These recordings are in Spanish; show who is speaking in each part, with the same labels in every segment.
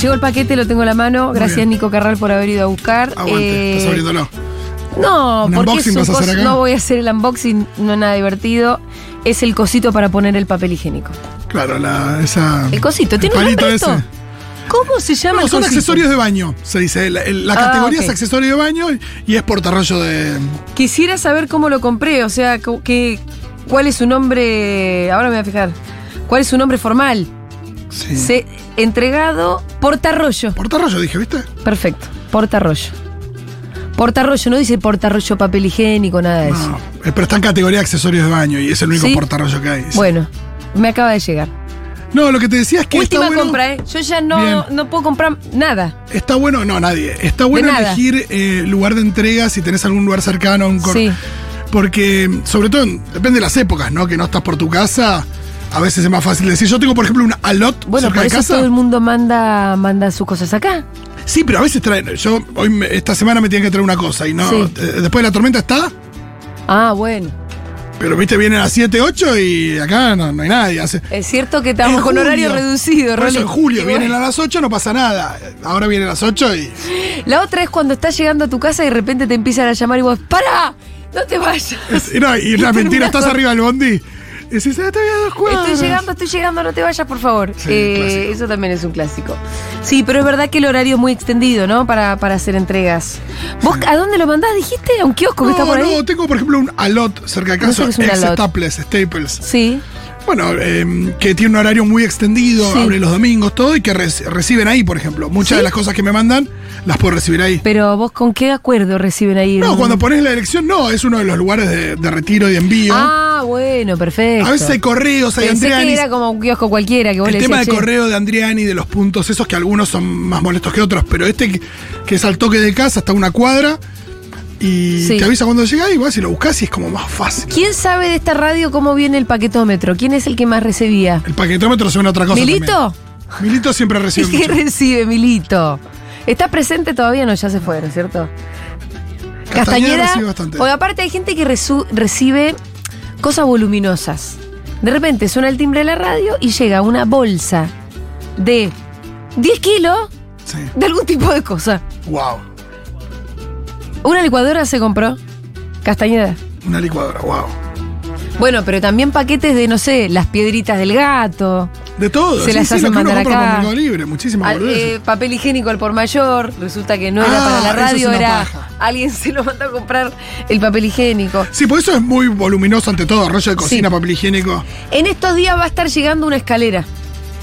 Speaker 1: llegó el paquete, lo tengo en la mano. Gracias,
Speaker 2: bien.
Speaker 1: Nico Carral, por haber ido a buscar.
Speaker 2: Aguante,
Speaker 1: Eh,
Speaker 2: estás abriéndolo.
Speaker 1: No,
Speaker 2: ¿Un
Speaker 1: porque
Speaker 2: unboxing
Speaker 1: es un
Speaker 2: vas a hacer
Speaker 1: cos-
Speaker 2: acá?
Speaker 1: no voy a hacer el unboxing, no es nada divertido. Es el cosito para poner el papel higiénico.
Speaker 2: Claro, la, esa.
Speaker 1: El cosito, ¿tiene un
Speaker 2: palito
Speaker 1: nombre
Speaker 2: ese.
Speaker 1: esto? ¿Cómo se llama
Speaker 2: No,
Speaker 1: el
Speaker 2: son
Speaker 1: cosito?
Speaker 2: accesorios de baño, se dice. La, el- la
Speaker 1: Ah,
Speaker 2: categoría
Speaker 1: ok.
Speaker 2: es accesorio de baño y, y es portarrollo de.
Speaker 1: Quisiera saber cómo lo compré, o sea, co- que, cuál es su nombre. Ahora me voy a fijar. ¿Cuál es su nombre formal?
Speaker 2: Sí.
Speaker 1: Se, entregado Portarrollo.
Speaker 2: Portarrollo, dije, ¿viste?
Speaker 1: Perfecto, Portarrollo. Portarrollo, no dice portarrollo papel higiénico, nada de eso.
Speaker 2: No, eh, pero está en categoría accesorios de baño y es el único
Speaker 1: ¿Sí?
Speaker 2: portarrollo que hay. sí.
Speaker 1: Bueno, me acaba de llegar.
Speaker 2: No, lo que te decía es que
Speaker 1: Última
Speaker 2: está bueno.
Speaker 1: compra, ¿eh? Yo ya
Speaker 2: Bien.
Speaker 1: no, no puedo comprar nada.
Speaker 2: Está bueno, no, nadie. Está bueno
Speaker 1: nada.
Speaker 2: elegir eh, lugar de entrega si tenés algún lugar cercano, un cor-
Speaker 1: Sí.
Speaker 2: Porque, sobre todo, en- depende de las épocas, ¿no? Que no estás por tu casa, a veces es más fácil decir. Yo tengo, por ejemplo, un alot
Speaker 1: Bueno,
Speaker 2: cerca
Speaker 1: por
Speaker 2: de
Speaker 1: eso
Speaker 2: casa.
Speaker 1: todo el mundo manda, manda sus cosas acá.
Speaker 2: Sí, pero a veces traen. Yo, hoy, me- esta semana me tienen que traer una cosa y no.
Speaker 1: Sí.
Speaker 2: eh, Después de la tormenta está,
Speaker 1: Ah, bueno.
Speaker 2: pero viste, vienen a las 7, 8 y acá no, no hay nadie. Hace,
Speaker 1: Es cierto que estamos
Speaker 2: En
Speaker 1: con horario
Speaker 2: julio.
Speaker 1: reducido,
Speaker 2: Por eso
Speaker 1: Rolly.
Speaker 2: en julio
Speaker 1: Y
Speaker 2: vienen
Speaker 1: bueno.
Speaker 2: a las 8, no pasa nada. Ahora vienen a las 8 y.
Speaker 1: La otra es cuando estás llegando a tu casa y de repente te empiezan a llamar y vos, ¡para! ¡No te vayas!
Speaker 2: Y, no, y la
Speaker 1: Y
Speaker 2: mentira, estás
Speaker 1: terminás-
Speaker 2: arriba del bondi. Y decís, ah, todavía dos cuadras.
Speaker 1: Estoy llegando, estoy llegando, no te vayas, por favor.
Speaker 2: Sí,
Speaker 1: Eh,
Speaker 2: clásico.
Speaker 1: eso también es un clásico. Sí, pero es verdad que el horario es muy extendido, ¿no? Para, para hacer entregas. ¿Vos a dónde lo mandás, dijiste? ¿A un kiosco que
Speaker 2: No,
Speaker 1: está por ahí?
Speaker 2: no, tengo por ejemplo un alot cerca de
Speaker 1: No sé
Speaker 2: casa,
Speaker 1: qué es un
Speaker 2: ex
Speaker 1: alot.
Speaker 2: Staples, Staples.
Speaker 1: Sí.
Speaker 2: Bueno, eh, que tiene un horario muy extendido,
Speaker 1: Sí.
Speaker 2: abre los domingos, todo, y que re- reciben ahí, por ejemplo. Muchas
Speaker 1: ¿Sí?
Speaker 2: de las cosas que me mandan las puedo recibir ahí.
Speaker 1: Pero vos con qué acuerdo reciben ahí?
Speaker 2: No,
Speaker 1: el-
Speaker 2: cuando pones la dirección, no, es uno de los lugares de, de retiro y de envío.
Speaker 1: Ah, bueno, perfecto.
Speaker 2: a veces hay correos, hay
Speaker 1: Pensé que
Speaker 2: Andriani.
Speaker 1: era como un kiosco cualquiera que vos
Speaker 2: El
Speaker 1: le
Speaker 2: tema de
Speaker 1: decías, "Che,
Speaker 2: correo de Andriani, de los puntos esos, que algunos son más molestos que otros, pero este que, que es al toque de casa, hasta una cuadra, y
Speaker 1: Sí.
Speaker 2: te avisa cuando llega y vas y lo buscas y es como más fácil.
Speaker 1: ¿Quién sabe de esta radio cómo viene el paquetómetro? ¿Quién es el que más recibía?
Speaker 2: El paquetómetro se ve otra cosa.
Speaker 1: ¿Milito?
Speaker 2: también. Milito siempre
Speaker 1: ¿Y
Speaker 2: recibe
Speaker 1: qué
Speaker 2: mucho.
Speaker 1: recibe, Milito? ¿Está presente todavía? No, ya se fue, ¿no es cierto?
Speaker 2: Castañeda
Speaker 1: Castañeda.
Speaker 2: recibe bastante.
Speaker 1: Porque aparte hay gente que resu- recibe cosas voluminosas. De repente suena el timbre de la radio y llega una bolsa de 10 kilos
Speaker 2: Sí.
Speaker 1: de algún tipo de cosa.
Speaker 2: Wow.
Speaker 1: Una licuadora se compró. Castañeda.
Speaker 2: Una licuadora, wow.
Speaker 1: Bueno, pero también paquetes de, no sé, las piedritas del gato,
Speaker 2: De todo.
Speaker 1: Se las hacen
Speaker 2: lo que uno
Speaker 1: mandar
Speaker 2: compra
Speaker 1: acá.
Speaker 2: por Mercado Libre, muchísimas
Speaker 1: al-
Speaker 2: boludeces.
Speaker 1: eh, papel higiénico al por mayor. Resulta que no era
Speaker 2: Ah,
Speaker 1: para la
Speaker 2: eso es
Speaker 1: radio,
Speaker 2: una
Speaker 1: era.
Speaker 2: paja.
Speaker 1: Alguien se lo mandó a comprar el papel higiénico.
Speaker 2: Sí, por eso es muy voluminoso ante todo, rollo de cocina, papel higiénico.
Speaker 1: En estos días va a estar llegando una escalera.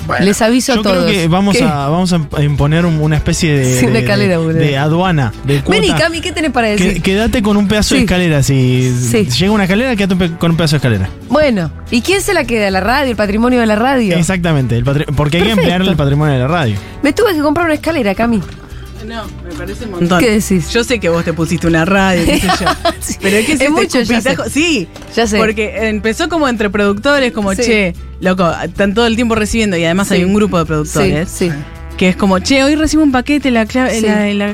Speaker 2: Bueno.
Speaker 1: Les aviso
Speaker 3: Yo
Speaker 1: a todos.
Speaker 3: creo que vamos
Speaker 1: ¿Qué?
Speaker 3: a, vamos a imponer un- una especie de,
Speaker 1: Sí, una
Speaker 3: de-
Speaker 1: escalera,
Speaker 3: de,
Speaker 1: boludo.
Speaker 3: de aduana. De cuota.
Speaker 1: Vení, Cami, ¿qué tenés para
Speaker 3: Que-
Speaker 1: decir?
Speaker 3: quédate con un pedazo
Speaker 1: Sí.
Speaker 3: de escalera. Si
Speaker 1: Sí.
Speaker 3: llega una escalera, quédate un pe- con un pedazo de escalera.
Speaker 1: Bueno, ¿y quién se la queda? ¿La radio? ¿El patrimonio de la radio?
Speaker 3: Exactamente. el patri- porque hay que
Speaker 1: Perfecto.
Speaker 3: emplear el patrimonio de la radio.
Speaker 1: Me tuve que comprar una escalera, Cami.
Speaker 4: No, me parece un montón.
Speaker 1: ¿Qué decís?
Speaker 4: Yo sé que vos te pusiste una radio, qué sé yo.
Speaker 1: Sí.
Speaker 4: Pero es que
Speaker 1: Es
Speaker 4: se
Speaker 1: mucho, ya sé.
Speaker 4: Sí,
Speaker 1: Ya sé.
Speaker 4: Porque empezó como entre productores, como
Speaker 1: Sí.
Speaker 4: che, loco, están todo el tiempo recibiendo y además
Speaker 1: Sí.
Speaker 4: hay un grupo de
Speaker 1: Sí,
Speaker 4: productores
Speaker 1: sí.
Speaker 4: que es como che, hoy recibo un paquete, la
Speaker 1: Sí.
Speaker 4: clave, la, la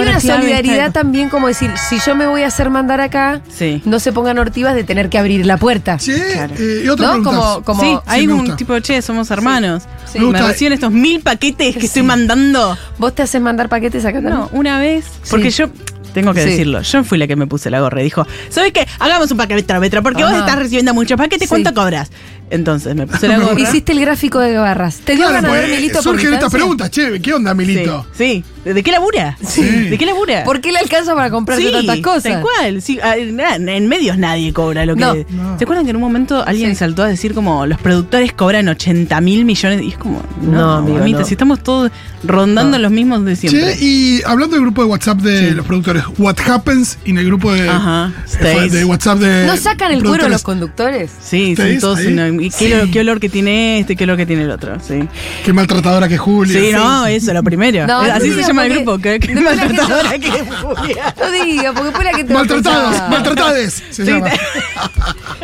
Speaker 1: Hay una
Speaker 4: clave
Speaker 1: solidaridad
Speaker 4: está-
Speaker 1: también como decir, si yo me voy a hacer mandar acá,
Speaker 4: Sí.
Speaker 1: no se pongan hortivas de tener que abrir la puerta.
Speaker 2: Sí,
Speaker 4: Claro.
Speaker 2: eh, y otra
Speaker 1: ¿No?
Speaker 2: pregunta.
Speaker 1: Como- como-
Speaker 4: sí,
Speaker 1: sí,
Speaker 4: hay
Speaker 2: me
Speaker 4: un
Speaker 2: gusta.
Speaker 4: tipo, che, somos hermanos.
Speaker 1: Sí.
Speaker 2: Me
Speaker 4: Me,
Speaker 2: gusta.
Speaker 4: reciben estos mil paquetes que estoy mandando.
Speaker 1: ¿Vos te haces mandar paquetes acá?
Speaker 4: No,
Speaker 1: también?
Speaker 4: una vez. Porque yo. Tengo que
Speaker 1: Sí.
Speaker 4: decirlo, yo fui la que me puse la gorra y dijo, ¿sabes qué? Hagamos un paquetómetro, porque vos
Speaker 1: Ajá.
Speaker 4: estás recibiendo muchos
Speaker 1: Sí.
Speaker 4: paquetes, ¿cuánto cobras? Entonces me puse la
Speaker 2: Me
Speaker 4: gorra.
Speaker 2: gusta.
Speaker 1: Hiciste el gráfico de barras. ¿Te dio
Speaker 2: Claro,
Speaker 1: ganas de ver
Speaker 2: pues,
Speaker 1: Milito por
Speaker 2: surgen estas
Speaker 1: distancia?
Speaker 2: preguntas, che, ¿qué onda,
Speaker 4: Sí,
Speaker 2: Milito?
Speaker 4: sí. ¿De qué labura?
Speaker 2: Sí.
Speaker 4: ¿De qué labura?
Speaker 1: ¿Por qué le alcanza para comprarse
Speaker 4: sí,
Speaker 1: tantas
Speaker 4: Tal
Speaker 1: cosas?
Speaker 4: cual. Sí, ah, na- en medios nadie cobra lo que.
Speaker 1: No.
Speaker 2: No.
Speaker 4: ¿Se acuerdan que en un momento alguien
Speaker 1: Sí.
Speaker 4: saltó a decir como los productores cobran 80 mil millones? Y es como, no,
Speaker 1: No, amigo,
Speaker 4: mamita,
Speaker 1: no.
Speaker 4: si estamos todos rondando los mismos de siempre.
Speaker 2: Che, y hablando del grupo de WhatsApp de los productores, What Happens y en el grupo de,
Speaker 4: Ajá,
Speaker 2: eh,
Speaker 4: Stays.
Speaker 2: de WhatsApp de.
Speaker 1: ¿No sacan el cuero
Speaker 2: productores.
Speaker 1: los conductores?
Speaker 4: Sí,
Speaker 2: ¿Ustedes
Speaker 4: son todos.
Speaker 2: ahí?
Speaker 4: una- y qué,
Speaker 2: Sí.
Speaker 4: olor, qué olor que tiene este, qué olor que tiene el otro. Sí,
Speaker 2: Qué maltratadora que Julia.
Speaker 4: sí no, eso, lo primero.
Speaker 1: No, no
Speaker 4: Así se
Speaker 1: digas,
Speaker 4: llama
Speaker 1: porque
Speaker 4: el grupo. Qué, qué
Speaker 1: después la gente-
Speaker 4: maltratadora que es Julia.
Speaker 1: No digo, porque fue la gente. va a
Speaker 2: Maltratados,
Speaker 1: pensar.
Speaker 2: maltratades. Se llama.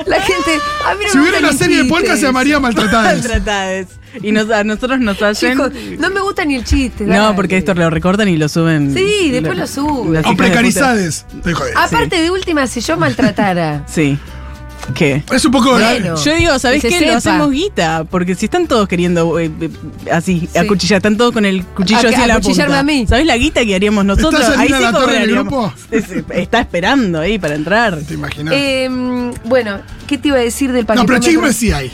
Speaker 1: La gente. A mí no
Speaker 2: Si
Speaker 1: me gustan
Speaker 2: hubiera una
Speaker 1: los
Speaker 2: serie de
Speaker 1: chistes.
Speaker 2: podcast, se llamaría Maltratades.
Speaker 4: Maltratadas. Y nos- a nosotros nos hacen.
Speaker 1: Chicos, no me gusta ni el chiste.
Speaker 4: No,
Speaker 1: dale.
Speaker 4: porque esto lo recortan y lo suben.
Speaker 1: Sí, después lo suben.
Speaker 4: las
Speaker 2: O
Speaker 4: hijas de puta.
Speaker 1: Ah,
Speaker 2: precarizades. Te jodés.
Speaker 1: Aparte de última, si yo maltratara
Speaker 4: Sí. ¿Qué?
Speaker 2: Es un poco. la-
Speaker 1: Bueno.
Speaker 4: Yo digo, ¿sabés
Speaker 1: Que
Speaker 4: qué?
Speaker 1: se
Speaker 4: Lo
Speaker 1: sepa.
Speaker 4: hacemos guita, porque si están todos queriendo eh, eh, así,
Speaker 1: Sí.
Speaker 4: acuchillar, están todos con el cuchillo
Speaker 1: A-
Speaker 4: así en la
Speaker 1: acuchillarme
Speaker 4: punta.
Speaker 1: a mí.
Speaker 4: ¿Sabés la guita que haríamos nosotros?
Speaker 2: ¿Está Sarina La Torre en el
Speaker 4: correríamos. Sí, sí, eh, Está esperando ahí para entrar.
Speaker 2: ¿Te imaginas?
Speaker 1: Eh, bueno, ¿qué te iba a decir del
Speaker 2: no,
Speaker 1: paquete?
Speaker 2: pero chisme sí hay.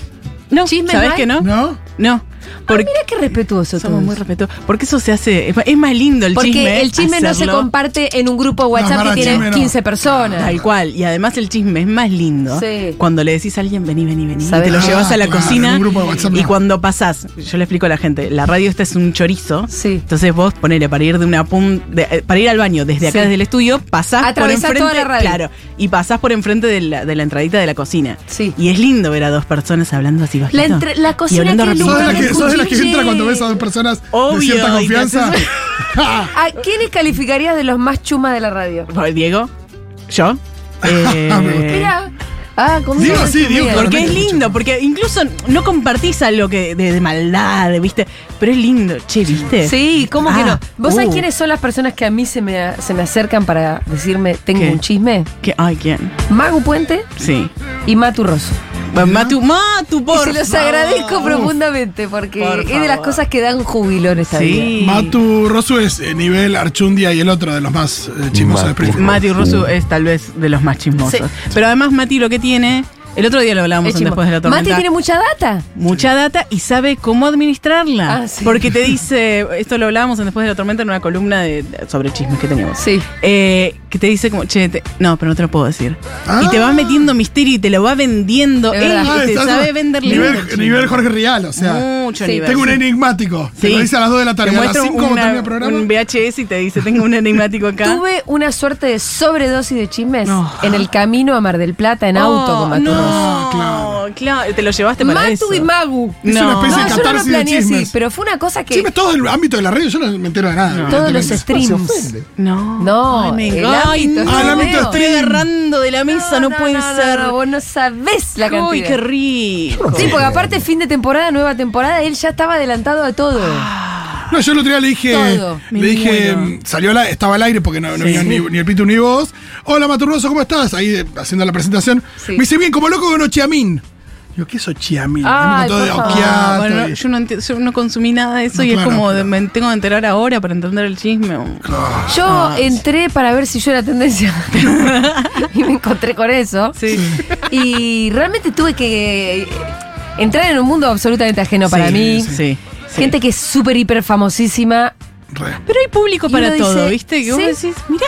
Speaker 4: No,
Speaker 1: ¿Chisme
Speaker 4: ¿sabés
Speaker 1: no hay?
Speaker 4: que no?
Speaker 2: ¿No?
Speaker 4: No. Porque
Speaker 1: Mira Ah, qué respetuoso
Speaker 4: somos
Speaker 1: todos.
Speaker 4: muy respetuosos. Porque eso se hace, es ma- es más lindo el
Speaker 1: Porque
Speaker 4: chisme.
Speaker 1: el chisme no se
Speaker 4: hacerlo.
Speaker 1: comparte en un grupo de
Speaker 2: No,
Speaker 1: WhatsApp
Speaker 2: Mara,
Speaker 1: que
Speaker 2: chisme
Speaker 1: tiene
Speaker 2: no.
Speaker 1: 15 personas.
Speaker 4: Tal cual, y además el chisme es más lindo
Speaker 1: Sí.
Speaker 4: cuando le decís a alguien, vení, vení, vení, y
Speaker 1: ¿Sabés?
Speaker 4: te lo
Speaker 1: Ah,
Speaker 4: llevas a la
Speaker 2: claro, en
Speaker 4: cocina
Speaker 2: un grupo de WhatsApp
Speaker 4: y
Speaker 2: no.
Speaker 4: cuando pasás, yo le explico a la gente, la radio esta es un chorizo,
Speaker 1: Sí.
Speaker 4: entonces vos ponele para ir de una pun- de- eh, para ir al baño desde acá
Speaker 1: Sí.
Speaker 4: desde el estudio, pasás
Speaker 1: Atravesás
Speaker 4: por enfrente,
Speaker 1: toda la radio.
Speaker 4: claro, y pasás por enfrente de la, de la entradita de la cocina.
Speaker 1: Sí.
Speaker 4: Y es lindo ver a dos personas hablando así bajito.
Speaker 1: La, entre- la
Speaker 4: y
Speaker 1: cocina
Speaker 4: hablando
Speaker 1: qué
Speaker 4: rápido.
Speaker 2: ¿Sos de,
Speaker 1: lugar
Speaker 2: la que, sos de las que
Speaker 1: escuché.
Speaker 2: entra cuando ves a dos personas
Speaker 4: Obvio,
Speaker 2: de cierta
Speaker 4: y te
Speaker 2: confianza?
Speaker 4: haces-
Speaker 1: ¿A quiénes calificarías de los más chumas de la radio?
Speaker 4: Diego, yo.
Speaker 2: Ah,
Speaker 4: Eh,
Speaker 1: Mira. Ah, conmigo
Speaker 2: Digo,
Speaker 1: no
Speaker 2: sí,
Speaker 1: se mide.
Speaker 2: digo, claro.
Speaker 4: Porque es
Speaker 2: Claramente,
Speaker 4: lindo, porque incluso no compartís algo que de, de maldad, de- ¿viste? Pero es lindo, che, ¿viste?
Speaker 1: Sí, ¿cómo que no?
Speaker 4: Ah,
Speaker 1: ¿Vos
Speaker 4: uh.
Speaker 1: sabés quiénes son las personas que a mí se me, se me acercan para decirme tengo
Speaker 4: ¿Qué?
Speaker 1: un chisme?
Speaker 4: Que, ay, ¿quién?
Speaker 1: Magu Puente
Speaker 4: Sí.
Speaker 1: y Matu Rosso.
Speaker 4: Bueno, Matu, Matu, por
Speaker 1: Y se los
Speaker 4: favor.
Speaker 1: agradezco profundamente porque
Speaker 4: Por
Speaker 1: es de las
Speaker 4: favor.
Speaker 1: cosas que dan júbilo en esta vida.
Speaker 4: Sí.
Speaker 2: Matu Rosu es eh, nivel Archundia y el otro de los más eh, chismosos de
Speaker 5: Matu.
Speaker 2: Springfield.
Speaker 4: Mati Rosu es tal vez de los más chismosos.
Speaker 1: Sí.
Speaker 4: Pero además Mati lo que tiene, el otro día lo
Speaker 1: Es
Speaker 4: hablábamos en
Speaker 1: chismo.
Speaker 4: después de la tormenta.
Speaker 1: Mati tiene mucha data.
Speaker 4: mucha data y sabe cómo administrarla.
Speaker 1: Ah, sí.
Speaker 4: Porque te dice, esto lo hablábamos en después de la tormenta en una columna de, sobre chismes que teníamos.
Speaker 1: Sí.
Speaker 4: Eh, que te dice como, che, te- no, pero no te lo puedo decir.
Speaker 2: Ah.
Speaker 4: Y te va metiendo misterio y te lo va vendiendo.
Speaker 1: Es
Speaker 4: Él
Speaker 1: verdad.
Speaker 2: Ah,
Speaker 4: te
Speaker 2: estás-
Speaker 4: sabe venderle.
Speaker 2: nivel, nivel Jorge Rial, o sea.
Speaker 4: Mucho
Speaker 1: Sí.
Speaker 4: nivel.
Speaker 2: Tengo un enigmático. Te
Speaker 4: Sí.
Speaker 2: lo dice a las 2 de la
Speaker 4: Te
Speaker 2: tarde. A las
Speaker 4: muestra
Speaker 2: 5 cuando
Speaker 4: una-
Speaker 2: termina el programa.
Speaker 4: Un VHS y te dice, tengo un enigmático acá. Oh,
Speaker 1: Tuve una suerte de sobredosis de chismes
Speaker 4: No.
Speaker 1: en el camino a Mar del Plata en
Speaker 4: Oh,
Speaker 1: auto con Matu Rosso.
Speaker 4: No,
Speaker 2: Ah,
Speaker 4: claro.
Speaker 2: claro.
Speaker 4: Te lo llevaste para eso.
Speaker 1: Matu y Magu.
Speaker 2: Es una
Speaker 4: No.
Speaker 2: especie
Speaker 1: No,
Speaker 2: de
Speaker 1: yo no lo
Speaker 2: catarsis de
Speaker 1: planeé así,
Speaker 2: chismes.
Speaker 1: pero fue una cosa que.
Speaker 2: Chismes todo el ámbito de la radio, yo no me entero de nada.
Speaker 1: Todos los
Speaker 2: evidentemente.
Speaker 1: streams.
Speaker 4: No.
Speaker 1: No, el
Speaker 4: God.
Speaker 1: ámbito
Speaker 4: Ay,
Speaker 1: es
Speaker 4: no,
Speaker 2: Ah, el ámbito
Speaker 4: estoy
Speaker 2: stream.
Speaker 4: agarrando de la mesa, no, puede ser.
Speaker 1: no, vos no sabés la cantidad.
Speaker 4: Uy, qué rico.
Speaker 1: Sí, porque aparte fin de temporada, nueva temporada, él ya estaba adelantado a todo.
Speaker 4: Ah,
Speaker 2: No, yo el otro día le dije,
Speaker 1: Todo.
Speaker 2: le
Speaker 4: Me
Speaker 2: dije,
Speaker 4: muero.
Speaker 2: mm, salió al aire, estaba al aire porque no, no vino ni, ni el pito ni vos. Hola Maturroso, ¿cómo estás? Ahí eh, haciendo la presentación.
Speaker 1: Sí.
Speaker 2: Me dice bien, como loco con Ochiamín. Digo, ¿qué es Ochiamín?
Speaker 1: Ay,
Speaker 2: Me contó de
Speaker 1: por favor.
Speaker 2: Okiato
Speaker 4: Ah, bueno,
Speaker 2: y-
Speaker 4: no, yo, no enti- yo no consumí nada de eso
Speaker 2: No,
Speaker 4: y
Speaker 2: claro,
Speaker 4: es como, de-
Speaker 2: claro.
Speaker 4: me tengo que enterar ahora para entender el chisme.
Speaker 1: Yo
Speaker 4: ah,
Speaker 1: entré para ver si yo era tendencia. y me encontré con eso.
Speaker 4: Sí.
Speaker 1: Y realmente tuve que entrar en un mundo absolutamente ajeno para
Speaker 4: Sí,
Speaker 1: mí.
Speaker 4: Sí. sí.
Speaker 1: Gente que es súper, hiper famosísima.
Speaker 2: Re.
Speaker 4: Pero hay público
Speaker 1: Y
Speaker 4: para
Speaker 1: uno
Speaker 4: todo,
Speaker 1: dice,
Speaker 4: ¿viste? Que vos
Speaker 1: sí.
Speaker 4: decís, mirá,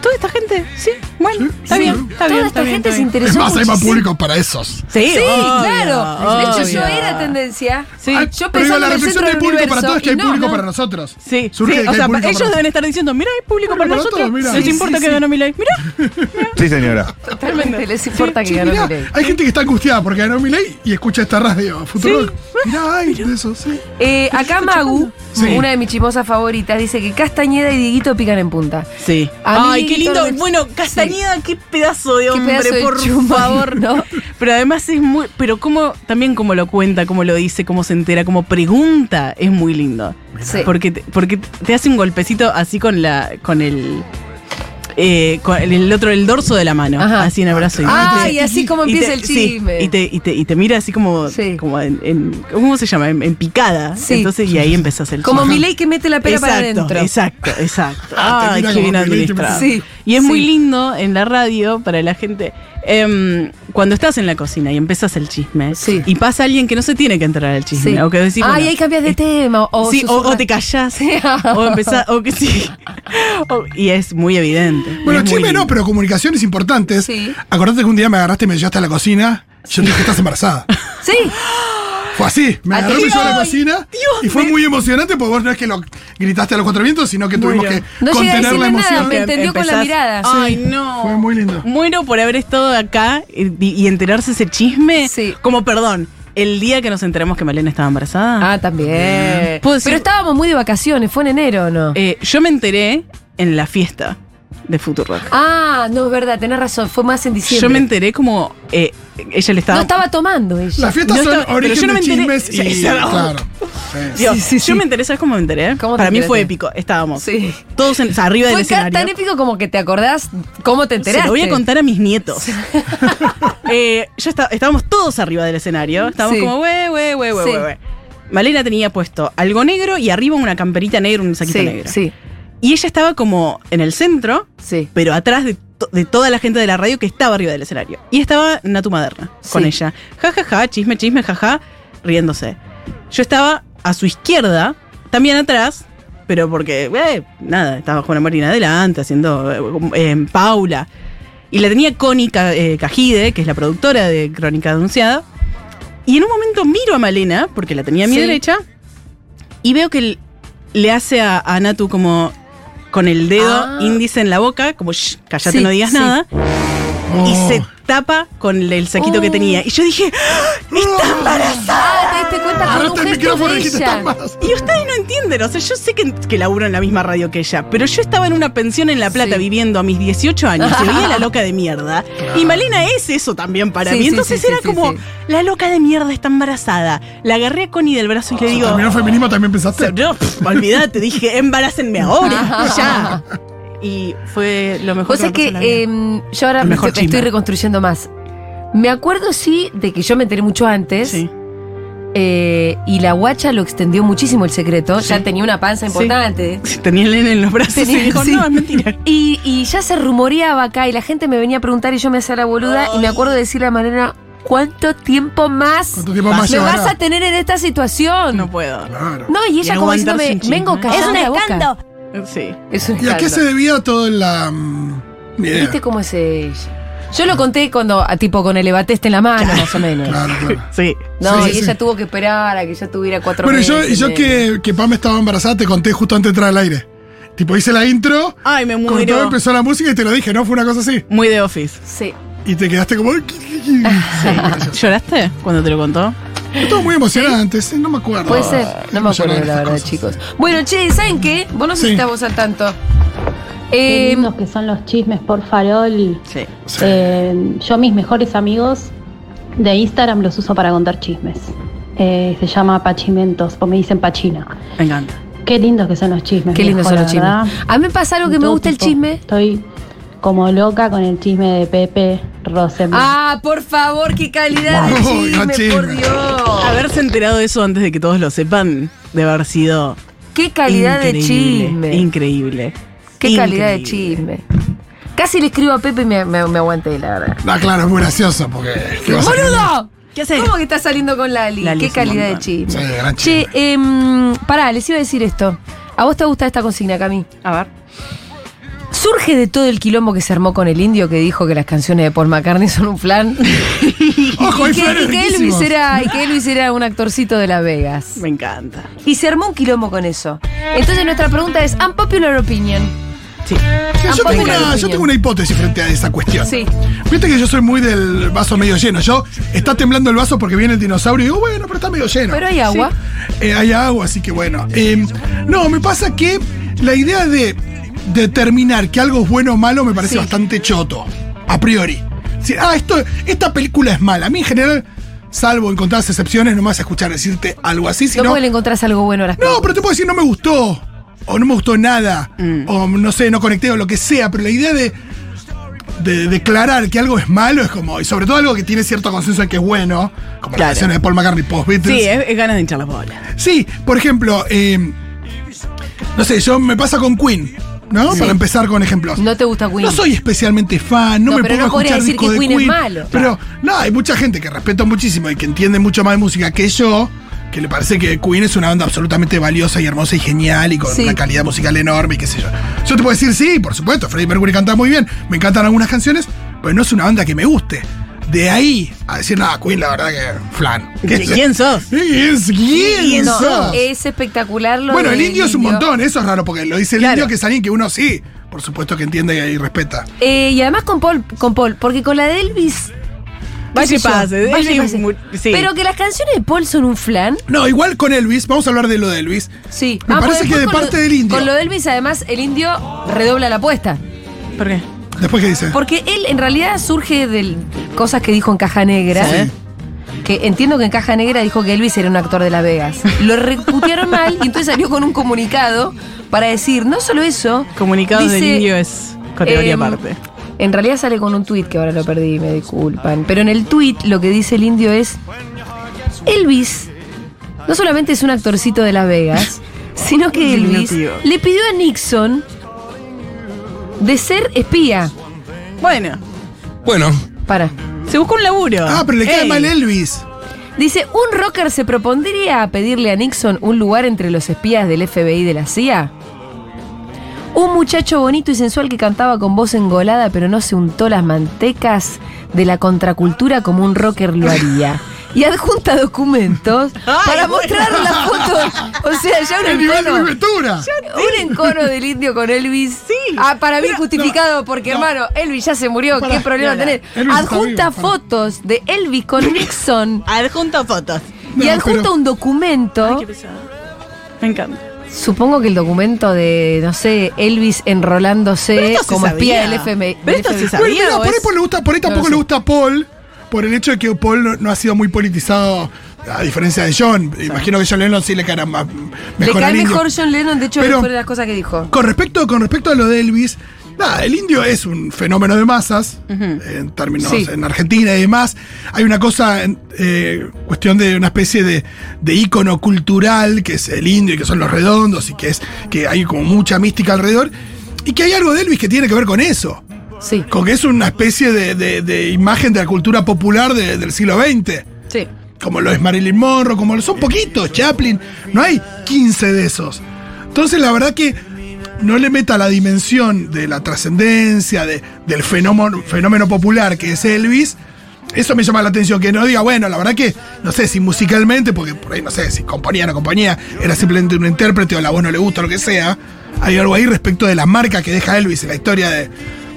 Speaker 4: toda esta gente, sí, bueno,
Speaker 2: Sí,
Speaker 4: está
Speaker 2: sí.
Speaker 4: bien, está
Speaker 1: Toda
Speaker 4: bien.
Speaker 1: esta
Speaker 4: está bien,
Speaker 1: gente se
Speaker 4: está bien.
Speaker 1: interesó.
Speaker 2: Es más, hay más
Speaker 1: muchísimo.
Speaker 2: público para esos.
Speaker 4: Sí,
Speaker 1: Sí,
Speaker 4: obvio,
Speaker 1: claro. De hecho, yo
Speaker 4: obvio.
Speaker 1: era tendencia.
Speaker 4: Sí.
Speaker 2: Ah,
Speaker 1: Yo
Speaker 2: pero digo,
Speaker 1: pensaba
Speaker 2: la
Speaker 1: en el
Speaker 2: reflexión
Speaker 1: centro
Speaker 2: de
Speaker 1: del
Speaker 2: público para
Speaker 1: universo,
Speaker 2: todos es que
Speaker 1: y
Speaker 2: hay
Speaker 1: no,
Speaker 2: público
Speaker 1: no.
Speaker 2: para nosotros.
Speaker 4: Sí,
Speaker 2: Surge
Speaker 4: sí,
Speaker 2: de que
Speaker 4: o
Speaker 2: hay
Speaker 4: sea,
Speaker 2: público
Speaker 4: ellos
Speaker 2: para
Speaker 4: deben estar diciendo, mira, hay
Speaker 2: Público
Speaker 4: público para
Speaker 2: para
Speaker 4: nosotros.
Speaker 2: todos, mirá.
Speaker 4: Les
Speaker 2: Sí,
Speaker 4: importa
Speaker 2: sí,
Speaker 4: que
Speaker 2: sí.
Speaker 4: ganó Milei. Mira,
Speaker 5: Sí, señora.
Speaker 1: Totalmente, les importa
Speaker 2: Sí,
Speaker 1: que ganó
Speaker 2: mirá,
Speaker 1: Milei.
Speaker 2: hay gente que está angustiada porque ganó Milei y escucha esta radio, Futurock. Mirá, ay, de eso, sí.
Speaker 1: Eh, acá Magu,
Speaker 2: Sí.
Speaker 1: una de mis chismosas favoritas, dice que Castañeda y Dieguito pican en punta.
Speaker 4: Sí.
Speaker 1: A
Speaker 4: Ay,
Speaker 1: mí,
Speaker 4: qué lindo.
Speaker 1: Víctor,
Speaker 4: Bueno, Castañeda, qué pedazo de hombre,
Speaker 1: pedazo de
Speaker 4: por
Speaker 1: chuma,
Speaker 4: favor.
Speaker 1: ¿no?
Speaker 4: Pero además es muy. Pero como, también como lo cuenta, como lo dice, cómo se entera, como pregunta, es muy lindo.
Speaker 1: Sí.
Speaker 4: Porque, te, porque te hace un golpecito así con la. con el. eh, con el, el otro, el dorso de la mano.
Speaker 1: Ajá.
Speaker 4: Así en abrazo.
Speaker 1: Ah,
Speaker 4: te-
Speaker 1: y así como
Speaker 4: y
Speaker 1: empieza
Speaker 4: te-
Speaker 1: el
Speaker 4: sí,
Speaker 1: chisme.
Speaker 4: y, te, y, te, y te mira así como.
Speaker 1: Sí.
Speaker 4: como en, en- ¿Cómo se llama? En, en picada.
Speaker 1: Sí.
Speaker 4: Entonces, y ahí empezás el
Speaker 1: Como
Speaker 4: chisme.
Speaker 1: Milei que mete la pera
Speaker 4: exacto,
Speaker 1: para adentro.
Speaker 4: Exacto, exacto.
Speaker 2: Ah,
Speaker 4: Ay,
Speaker 2: te mira
Speaker 4: qué
Speaker 2: como
Speaker 4: bien
Speaker 2: que le diste un
Speaker 4: administrado.
Speaker 1: mensaje. Sí,
Speaker 4: y es
Speaker 1: sí.
Speaker 4: muy lindo en la radio para la gente. em, cuando estás en la cocina y empezás el chisme
Speaker 1: Sí.
Speaker 4: y pasa alguien que no se tiene que enterar al chisme.
Speaker 1: Sí.
Speaker 4: O que decís,
Speaker 1: Ay,
Speaker 4: bueno,
Speaker 1: ahí cambias de
Speaker 4: es-
Speaker 1: tema. O,
Speaker 4: sí, o, o
Speaker 1: susurras.
Speaker 4: te callás.
Speaker 1: Sí.
Speaker 4: o empezás. O que sí. O- y es muy evidente.
Speaker 2: Bueno,
Speaker 4: es muy
Speaker 2: chisme
Speaker 4: lindo.
Speaker 2: no, pero comunicaciones importantes.
Speaker 1: Sí.
Speaker 2: Acordate que un día me agarraste y me llevaste a la cocina. Yo te dije, estás embarazada.
Speaker 1: Sí,
Speaker 2: Fue así. Me agarró y me llevó a la cocina. y fue muy emocionante porque vos no es que lo gritaste a los cuatro vientos, sino que tuvimos
Speaker 4: Bueno.
Speaker 2: que
Speaker 1: No llegué a
Speaker 2: contener la
Speaker 1: decirle nada,
Speaker 2: emoción.
Speaker 1: me entendió con la mirada.
Speaker 4: Ay, no.
Speaker 2: Fue muy lindo.
Speaker 4: Muero por haber estado acá y, y enterarse ese chisme.
Speaker 1: Sí.
Speaker 4: Como, perdón, el día que nos enteramos que Malena estaba embarazada.
Speaker 1: Ah, también.
Speaker 4: Puedo decir-
Speaker 1: Pero estábamos muy de vacaciones, fue en enero, ¿o ¿no?
Speaker 4: Eh, yo me enteré en la fiesta. de Futurock.
Speaker 1: Ah, no, es verdad, tenés razón. Fue más en diciembre.
Speaker 4: Yo me enteré como eh, ella le estaba.
Speaker 1: No estaba tomando ella.
Speaker 2: Las fiestas
Speaker 4: No
Speaker 2: son
Speaker 4: estaba- pero
Speaker 2: origen
Speaker 4: yo no
Speaker 2: de
Speaker 4: me enteré-
Speaker 2: chismes
Speaker 4: Sí,
Speaker 2: y.
Speaker 4: sí, no.
Speaker 2: claro. Sí.
Speaker 4: Dios,
Speaker 1: Sí, sí,
Speaker 4: yo
Speaker 1: sí.
Speaker 4: me enteré, ¿sabes cómo me enteré?
Speaker 1: ¿Cómo te
Speaker 4: Para mí fue
Speaker 1: enteraste?
Speaker 4: épico, estábamos.
Speaker 1: Sí.
Speaker 4: Todos en- o sea, arriba del
Speaker 1: Fue ca-
Speaker 4: escenario.
Speaker 1: tan épico como que te acordás cómo te enteraste.
Speaker 4: Se lo voy a contar a mis nietos. Eh, yo esta- estábamos todos arriba del escenario. Estábamos
Speaker 1: Sí.
Speaker 4: como, wey, wey, wey, wey,
Speaker 1: Sí.
Speaker 4: wey, wey. Malena tenía puesto algo negro y arriba una camperita negra, un saquito
Speaker 1: Sí,
Speaker 4: negro.
Speaker 1: sí,
Speaker 4: Y ella estaba como en el centro,
Speaker 1: sí.
Speaker 4: pero atrás de, to- de toda la gente de la radio que estaba arriba del escenario. Y estaba Natu Maderna con
Speaker 1: Sí.
Speaker 4: ella. Ja, ja, ja, chisme, chisme, ja, ja, riéndose. Yo estaba a su izquierda, también atrás, pero porque, eh, nada, estaba Juana Marina adelante, haciendo eh, como, eh, Paula. Y la tenía Connie Ca- eh, Cajide, que es la productora de Crónica Denunciada. Y en un momento miro a Malena, porque la tenía a mi
Speaker 1: Sí.
Speaker 4: derecha, y veo que l- le hace a, a Natu como con el dedo
Speaker 1: Ah.
Speaker 4: índice en la boca, como shh, callate,
Speaker 1: Sí,
Speaker 4: no digas
Speaker 1: sí.
Speaker 4: nada, y
Speaker 2: Oh.
Speaker 4: se tapa con el- el saquito que
Speaker 1: Oh.
Speaker 4: tenía. Y yo dije,
Speaker 2: Oh.
Speaker 1: Ah, te diste cuenta con
Speaker 2: Abrate
Speaker 1: un
Speaker 2: el
Speaker 1: gesto
Speaker 2: micrófono
Speaker 1: de
Speaker 2: y dijiste,
Speaker 1: ella.
Speaker 2: "Está más".
Speaker 4: y ustedes no entienden, o sea, yo sé que, que laburo en la misma radio que ella, pero yo estaba en una pensión en La Plata
Speaker 1: Sí.
Speaker 4: viviendo a mis 18 años, y veía la loca de mierda. Y Malena es eso también para
Speaker 1: Sí,
Speaker 4: mí.
Speaker 1: sí,
Speaker 4: Entonces
Speaker 1: sí, sí,
Speaker 4: era
Speaker 1: sí,
Speaker 4: como,
Speaker 1: sí.
Speaker 4: la loca de mierda está embarazada. La agarré a Connie del brazo y
Speaker 1: Ah,
Speaker 4: le digo,
Speaker 2: Terminó feminismo, también pensaste.
Speaker 4: no, pff, olvídate, dije, embarácenme ahora, pues ya. Y fue lo mejor
Speaker 1: Vos
Speaker 4: que me
Speaker 1: sabés
Speaker 4: pasó
Speaker 1: que
Speaker 4: en la vida.
Speaker 1: em, yo ahora
Speaker 4: El
Speaker 1: me
Speaker 4: mejor
Speaker 1: estoy,
Speaker 4: chisme.
Speaker 1: estoy reconstruyendo más. Me acuerdo sí de que yo me enteré mucho antes
Speaker 4: Sí.
Speaker 1: eh, y la guacha lo extendió muchísimo el secreto.
Speaker 4: Sí.
Speaker 1: Ya tenía una panza
Speaker 4: Sí.
Speaker 1: importante.
Speaker 4: Sí, Tenía el nene en los brazos
Speaker 1: Tenía-
Speaker 4: y dijo,
Speaker 1: sí.
Speaker 4: no, es mentira.
Speaker 1: Y, y ya se rumoreaba acá y la gente me venía a preguntar y yo me hacía la boluda y me acuerdo de decirle a Mariana, ¿cuánto tiempo más
Speaker 2: ¿Cuánto tiempo más
Speaker 1: me
Speaker 2: llevará?
Speaker 1: vas a tener en esta situación?
Speaker 4: No puedo.
Speaker 2: Claro.
Speaker 1: No, y ella
Speaker 4: Y
Speaker 1: como
Speaker 4: aguantar
Speaker 1: diciéndome,
Speaker 4: sin chisme.
Speaker 1: vengo
Speaker 4: Es
Speaker 1: callada
Speaker 5: un
Speaker 1: la boca".
Speaker 5: escándalo.
Speaker 4: Sí.
Speaker 1: Es un
Speaker 2: ¿Y a qué
Speaker 1: escándalo.
Speaker 2: se debía todo la. mm, ni idea?
Speaker 1: ¿Viste cómo es ella? Yo lo conté cuando, a tipo, con el ebateste en la mano, más o menos.
Speaker 2: Claro, claro.
Speaker 4: Sí.
Speaker 1: No,
Speaker 2: Sí,
Speaker 1: y
Speaker 2: sí,
Speaker 1: ella
Speaker 2: sí.
Speaker 1: tuvo que esperar a que yo tuviera cuatro
Speaker 2: Bueno, y
Speaker 1: meses.
Speaker 2: yo, y yo
Speaker 1: ¿eh?
Speaker 2: que, que Pam estaba embarazada, te conté justo antes de entrar al aire. Tipo, hice la intro,
Speaker 1: Ah,
Speaker 4: Ay, me
Speaker 2: como todo
Speaker 4: muero.
Speaker 2: empezó la música y te lo dije, ¿no? Fue una cosa así.
Speaker 4: Muy de office.
Speaker 1: Sí.
Speaker 2: Y te quedaste como. Sí, gracias.
Speaker 4: ¿Lloraste cuando te lo contó?
Speaker 2: Estuvo muy emocionante, sí, no me acuerdo.
Speaker 1: Puede ser. No me acuerdo,
Speaker 2: Llorar
Speaker 1: la
Speaker 2: esas
Speaker 1: verdad,
Speaker 2: cosas.
Speaker 1: chicos. Bueno, che, ¿saben qué? Vos no sé
Speaker 2: Sí.
Speaker 1: si estamos al tanto.
Speaker 6: Qué
Speaker 1: Eh,
Speaker 6: lindos que son los chismes por farol.
Speaker 4: Sí.
Speaker 2: Sí.
Speaker 6: Eh, yo mis mejores amigos de Instagram los uso para contar chismes. Eh, se llama Pachimentos o me dicen Pachina.
Speaker 4: Me encanta.
Speaker 6: Qué lindos que son los chismes.
Speaker 1: qué lindos
Speaker 6: viejo,
Speaker 1: son
Speaker 6: la
Speaker 1: los chismes.
Speaker 6: verdad.
Speaker 1: A mí me pasa algo que me
Speaker 6: Todo
Speaker 1: gusta el
Speaker 6: tipo.
Speaker 1: chisme.
Speaker 6: Estoy como loca con el chisme de Pepe Rosenberg.
Speaker 1: Ah, por favor, qué calidad de
Speaker 2: Oh,
Speaker 1: chisme,
Speaker 2: no, chisme.
Speaker 1: por Dios.
Speaker 4: Haberse enterado de eso antes de que todos lo sepan, de haber sido
Speaker 1: Qué calidad de
Speaker 4: increíble,
Speaker 1: chisme.
Speaker 4: Increíble.
Speaker 1: Qué calidad de
Speaker 4: Increíble.
Speaker 1: chisme. Casi le escribo a Pepe y me, me, me aguanté, la verdad.
Speaker 2: Ah, claro, es muy gracioso porque. ¿qué vas a hacer?
Speaker 1: ¡Boludo!
Speaker 4: ¿Qué haces?
Speaker 1: ¿Cómo que estás saliendo con Lali?
Speaker 4: Lali
Speaker 1: Qué
Speaker 4: es un
Speaker 1: calidad de
Speaker 4: montón.
Speaker 1: chisme.
Speaker 2: Sí, gran
Speaker 1: che,
Speaker 2: chisme.
Speaker 1: em, pará, les iba a decir esto. ¿A vos te gusta esta consigna, Cami?
Speaker 4: A ver.
Speaker 1: Surge de todo el quilombo que se armó con el indio que dijo que las canciones de Paul McCartney son un flan.
Speaker 2: Ojo,
Speaker 1: y,
Speaker 2: hay
Speaker 1: que,
Speaker 2: flanes
Speaker 1: y que Elvis
Speaker 2: riquísimos.
Speaker 1: era, y que Elvis era un actorcito de Las Vegas.
Speaker 4: Me encanta.
Speaker 1: Y se armó un quilombo con eso. Entonces nuestra pregunta es, ¿unpopular opinion?
Speaker 4: Sí.
Speaker 2: Sí, yo,
Speaker 1: Tampoco
Speaker 2: tengo
Speaker 1: me
Speaker 2: una,
Speaker 1: parece
Speaker 2: yo
Speaker 1: bien.
Speaker 2: tengo una hipótesis frente a esa cuestión.
Speaker 1: Sí.
Speaker 2: Viste que yo soy muy del vaso medio lleno. Yo está temblando el vaso porque viene el dinosaurio y digo, bueno, pero está medio lleno.
Speaker 1: Pero hay agua.
Speaker 2: Eh, hay agua, así que bueno. Eh, no, me pasa que la idea de determinar que algo es bueno o malo me parece
Speaker 1: Sí.
Speaker 2: bastante choto, a priori. Decir, ah, esto, esta película es mala. A mí en general, salvo en contadas excepciones, no me vas a escuchar decirte algo así,
Speaker 1: no,
Speaker 2: sino.
Speaker 1: porque le encontrás algo bueno a las
Speaker 2: No, pero te puedo decir, no me gustó. O no me gustó nada.
Speaker 4: Mm.
Speaker 2: O no sé, no conecté o lo que sea. Pero la idea de, de declarar que algo es malo es como. Y sobre todo algo que tiene cierto consenso en que es bueno. Como las
Speaker 4: Claro.
Speaker 2: canciones de Paul McCartney post Beatles.
Speaker 4: Sí, ¿eh? es, es ganas de hinchar las bolas.
Speaker 2: Sí, por ejemplo, eh, no sé, yo me pasa con Queen, ¿no? Para empezar con ejemplos.
Speaker 1: No te gusta Queen.
Speaker 2: No soy especialmente fan, no,
Speaker 1: No,
Speaker 2: me
Speaker 1: pero
Speaker 2: pongo
Speaker 1: no
Speaker 2: a
Speaker 1: podría
Speaker 2: escuchar
Speaker 1: decir
Speaker 2: disco
Speaker 1: que
Speaker 2: de
Speaker 1: Queen
Speaker 2: Queen.
Speaker 1: es malo.
Speaker 2: Pero no, hay mucha gente que respeto muchísimo y que entiende mucho más de música que yo, que le parece que Queen es una banda absolutamente valiosa y hermosa y genial y con
Speaker 1: Sí.
Speaker 2: una calidad musical enorme y qué sé yo. Yo te puedo decir, sí, por supuesto, Freddie Mercury canta muy bien, me encantan algunas canciones, pero no es una banda que me guste. De ahí a decir, nada, Queen, la verdad que flan. ¿Qué sé yo?
Speaker 4: ¿Quién sos?
Speaker 2: Es
Speaker 1: No,
Speaker 2: lienzo.
Speaker 1: es espectacular lo
Speaker 2: Bueno, el
Speaker 1: del
Speaker 2: indio es un montón, eso es raro, porque lo dice el
Speaker 4: Claro.
Speaker 2: indio que es alguien que uno sí, por supuesto que entiende y respeta.
Speaker 1: Eh, y además con Paul, con Paul, porque con la de Elvis.
Speaker 4: Vaya
Speaker 1: qué sé yo,
Speaker 4: pase,
Speaker 1: vaya
Speaker 4: Elvis
Speaker 1: pase.
Speaker 4: mu- sí.
Speaker 1: Pero que las canciones de Paul son un flan.
Speaker 2: No, igual con Elvis, vamos a hablar de lo de Elvis.
Speaker 1: Sí.
Speaker 2: Me
Speaker 1: pues
Speaker 2: parece que de
Speaker 1: después con
Speaker 2: parte del indio.
Speaker 1: Con lo de Elvis, además, el indio redobla la apuesta.
Speaker 4: ¿Por qué?
Speaker 2: Después, ¿qué dice?
Speaker 1: Porque él en realidad surge de cosas que dijo en Caja Negra.
Speaker 4: ¿Eh?
Speaker 2: Sí.
Speaker 1: Que entiendo que en Caja Negra dijo que Elvis era un actor de Las Vegas. Lo reputearon mal y entonces salió con un comunicado para decir, no solo eso.
Speaker 4: Comunicados del
Speaker 1: dice,
Speaker 4: indio es categoría
Speaker 1: em,
Speaker 4: aparte.
Speaker 1: En realidad sale con un tuit que ahora lo perdí, me disculpan. Pero en el tuit lo que dice el indio es, Elvis no solamente es un actorcito de Las Vegas, sino que Elvis
Speaker 4: Diminutivo.
Speaker 1: le pidió a Nixon de ser espía.
Speaker 4: Bueno,
Speaker 5: Bueno,
Speaker 1: Para.
Speaker 4: se buscó un laburo.
Speaker 2: Ah, pero le cae
Speaker 4: Ey.
Speaker 2: mal Elvis.
Speaker 1: Dice, ¿un rocker se propondría a pedirle a Nixon un lugar entre los espías del FBI y de la CIA? Un muchacho bonito y sensual que cantaba con voz engolada pero no se untó las mantecas de la contracultura como un rocker lo haría. Y adjunta documentos
Speaker 4: Ay,
Speaker 1: para
Speaker 4: bueno.
Speaker 1: mostrar la foto. O sea, ya
Speaker 2: El
Speaker 1: un
Speaker 2: nivel de
Speaker 1: encono,
Speaker 2: aventura.
Speaker 1: un encono del indio con Elvis.
Speaker 4: Sí.
Speaker 1: Ah, para mí justificado porque,
Speaker 2: no.
Speaker 1: hermano, Elvis ya se murió.
Speaker 2: Pará,
Speaker 1: ¿Qué problema
Speaker 4: pará.
Speaker 1: tener?
Speaker 2: Elvis está
Speaker 1: Adjunta
Speaker 2: vivo, pará.
Speaker 1: fotos de Elvis con Nixon
Speaker 4: Adjunto fotos.
Speaker 1: y
Speaker 2: No,
Speaker 1: adjunta
Speaker 2: pero-
Speaker 1: un documento.
Speaker 4: Qué pesado. Me encanta.
Speaker 1: Supongo que el documento de, no sé, Elvis enrolándose
Speaker 4: esto se
Speaker 1: como espía
Speaker 4: sabía.
Speaker 1: del FMI.
Speaker 4: Pero esto
Speaker 1: del
Speaker 4: se
Speaker 1: FBI.
Speaker 4: sabía.
Speaker 2: Bueno, mira,
Speaker 4: o
Speaker 2: por, ahí
Speaker 4: es-
Speaker 2: Paul le gusta, por ahí tampoco
Speaker 1: lo sé.
Speaker 2: le gusta a Paul, por el hecho de que Paul no, no ha sido muy politizado, a diferencia de John. Imagino que John Lennon sí le caerá más,
Speaker 1: Le
Speaker 2: mejor
Speaker 1: cae
Speaker 2: al indio.
Speaker 1: mejor John Lennon, de hecho,
Speaker 2: Pero-
Speaker 1: fue de las cosas que dijo.
Speaker 2: Con respecto, con respecto a lo de Elvis, nada, el indio es un fenómeno de masas, en términos
Speaker 1: Sí.
Speaker 2: en Argentina y demás. Hay una cosa, en- eh, cuestión de una especie de, de ícono cultural, que es el indio y que son los redondos, y que es que hay como mucha mística alrededor, y que hay algo de Elvis que tiene que ver con eso.
Speaker 1: Sí.
Speaker 2: Con que es una especie de, de- de imagen de la cultura popular de- del siglo XX.
Speaker 1: Sí.
Speaker 2: Como lo es Marilyn Monroe, como lo son poquitos, Chaplin. No hay 15 de esos. Entonces, la verdad que no le meta la dimensión de la trascendencia, de- del fenómeno, fenómeno popular que es Elvis. Eso me llama la atención, que no diga, bueno, la verdad que, no sé si musicalmente, porque por ahí no sé si componía o no componía, era simplemente un intérprete o la voz no le gusta, lo que sea. Hay algo ahí respecto de la marca que deja Elvis en la historia de,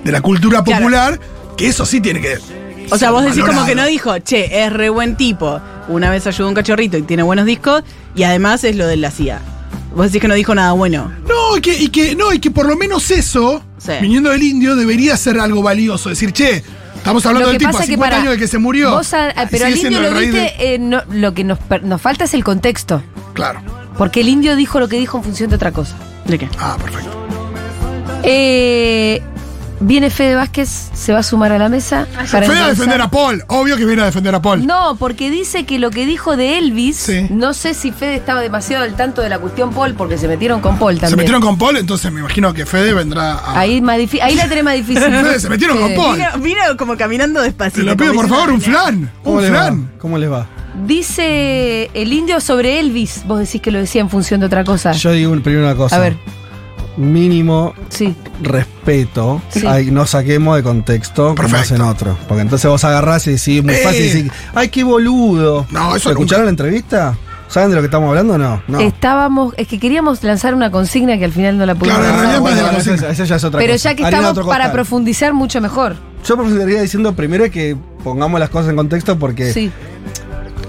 Speaker 2: de la cultura
Speaker 4: Claro.
Speaker 2: popular, que eso sí tiene que.
Speaker 4: O sea,
Speaker 2: ser
Speaker 4: vos decís como
Speaker 2: valorado.
Speaker 4: que no dijo, che, es re buen tipo. Una vez ayudó a un cachorrito y tiene buenos discos y además es lo de la CIA. Vos decís que no dijo nada bueno.
Speaker 2: No, y que, y que, no, y que por lo menos eso,
Speaker 4: Sí.
Speaker 2: viniendo del indio, debería ser algo valioso. Decir, che, estamos hablando
Speaker 1: Lo
Speaker 2: del
Speaker 1: que
Speaker 2: tipo
Speaker 1: pasa
Speaker 2: a
Speaker 1: es que
Speaker 2: 50
Speaker 1: para.
Speaker 2: años de que se murió. Ah,
Speaker 1: vos a- a-
Speaker 2: Y
Speaker 1: pero al
Speaker 2: sigue
Speaker 1: indio
Speaker 2: siendo
Speaker 1: lo
Speaker 2: raíz de-
Speaker 1: viste, eh, no- lo que nos, per- nos falta es el contexto.
Speaker 2: Claro.
Speaker 1: Porque el indio dijo lo que dijo en función de otra cosa.
Speaker 4: ¿De qué?
Speaker 2: Ah, perfecto.
Speaker 1: Eh, viene Fede Vázquez, se va a sumar a la mesa. para
Speaker 2: Fue a
Speaker 1: encauzar-
Speaker 2: defender a Paul. Obvio que viene a defender a Paul.
Speaker 1: No, porque dice que lo que dijo de Elvis,
Speaker 2: Sí.
Speaker 1: no sé si Fede estaba demasiado al tanto de la cuestión Paul, porque se metieron con Paul también.
Speaker 2: se metieron con Paul, entonces me imagino que Fede vendrá a.
Speaker 1: Ahí, más difi- ahí la tenés más difícil.
Speaker 2: Fede, se metieron con
Speaker 1: Eh,
Speaker 2: Paul.
Speaker 4: Vino, vino como caminando
Speaker 2: Te
Speaker 4: despacito.
Speaker 2: lo pido,
Speaker 4: como
Speaker 2: por
Speaker 4: diciendo,
Speaker 2: favor, un flan.
Speaker 3: ¿Cómo
Speaker 2: Un
Speaker 3: les va?
Speaker 2: flan.
Speaker 3: ¿Cómo les va?
Speaker 1: Dice el indio sobre Elvis, vos decís que lo decía en función de otra
Speaker 2: Ah.
Speaker 1: cosa.
Speaker 7: Yo digo primero una cosa.
Speaker 1: a ver,
Speaker 7: Mínimo
Speaker 1: sí.
Speaker 7: respeto.
Speaker 1: Sí.
Speaker 7: Ay, no saquemos de contexto como
Speaker 2: Perfecto.
Speaker 7: hacen otro. Porque entonces vos agarrás y decís, muy
Speaker 2: Eh.
Speaker 7: fácil, decís, ay, qué boludo.
Speaker 2: No, eso nunca.
Speaker 7: ¿Escucharon la entrevista? ¿Saben de lo que estamos hablando o no? No.
Speaker 1: Estábamos, es que queríamos lanzar una consigna que al final no la pudimos
Speaker 2: Claro, en
Speaker 1: lanzar.
Speaker 2: realidad más de la
Speaker 7: bueno, esa-
Speaker 2: cocina.
Speaker 7: esa ya es otra
Speaker 1: Pero
Speaker 7: cosa.
Speaker 1: ya que
Speaker 7: Harina de
Speaker 1: estamos
Speaker 7: otro
Speaker 1: para
Speaker 7: costal.
Speaker 1: profundizar mucho mejor.
Speaker 7: Yo profundizaría diciendo primero que pongamos las cosas en contexto porque,
Speaker 1: Sí,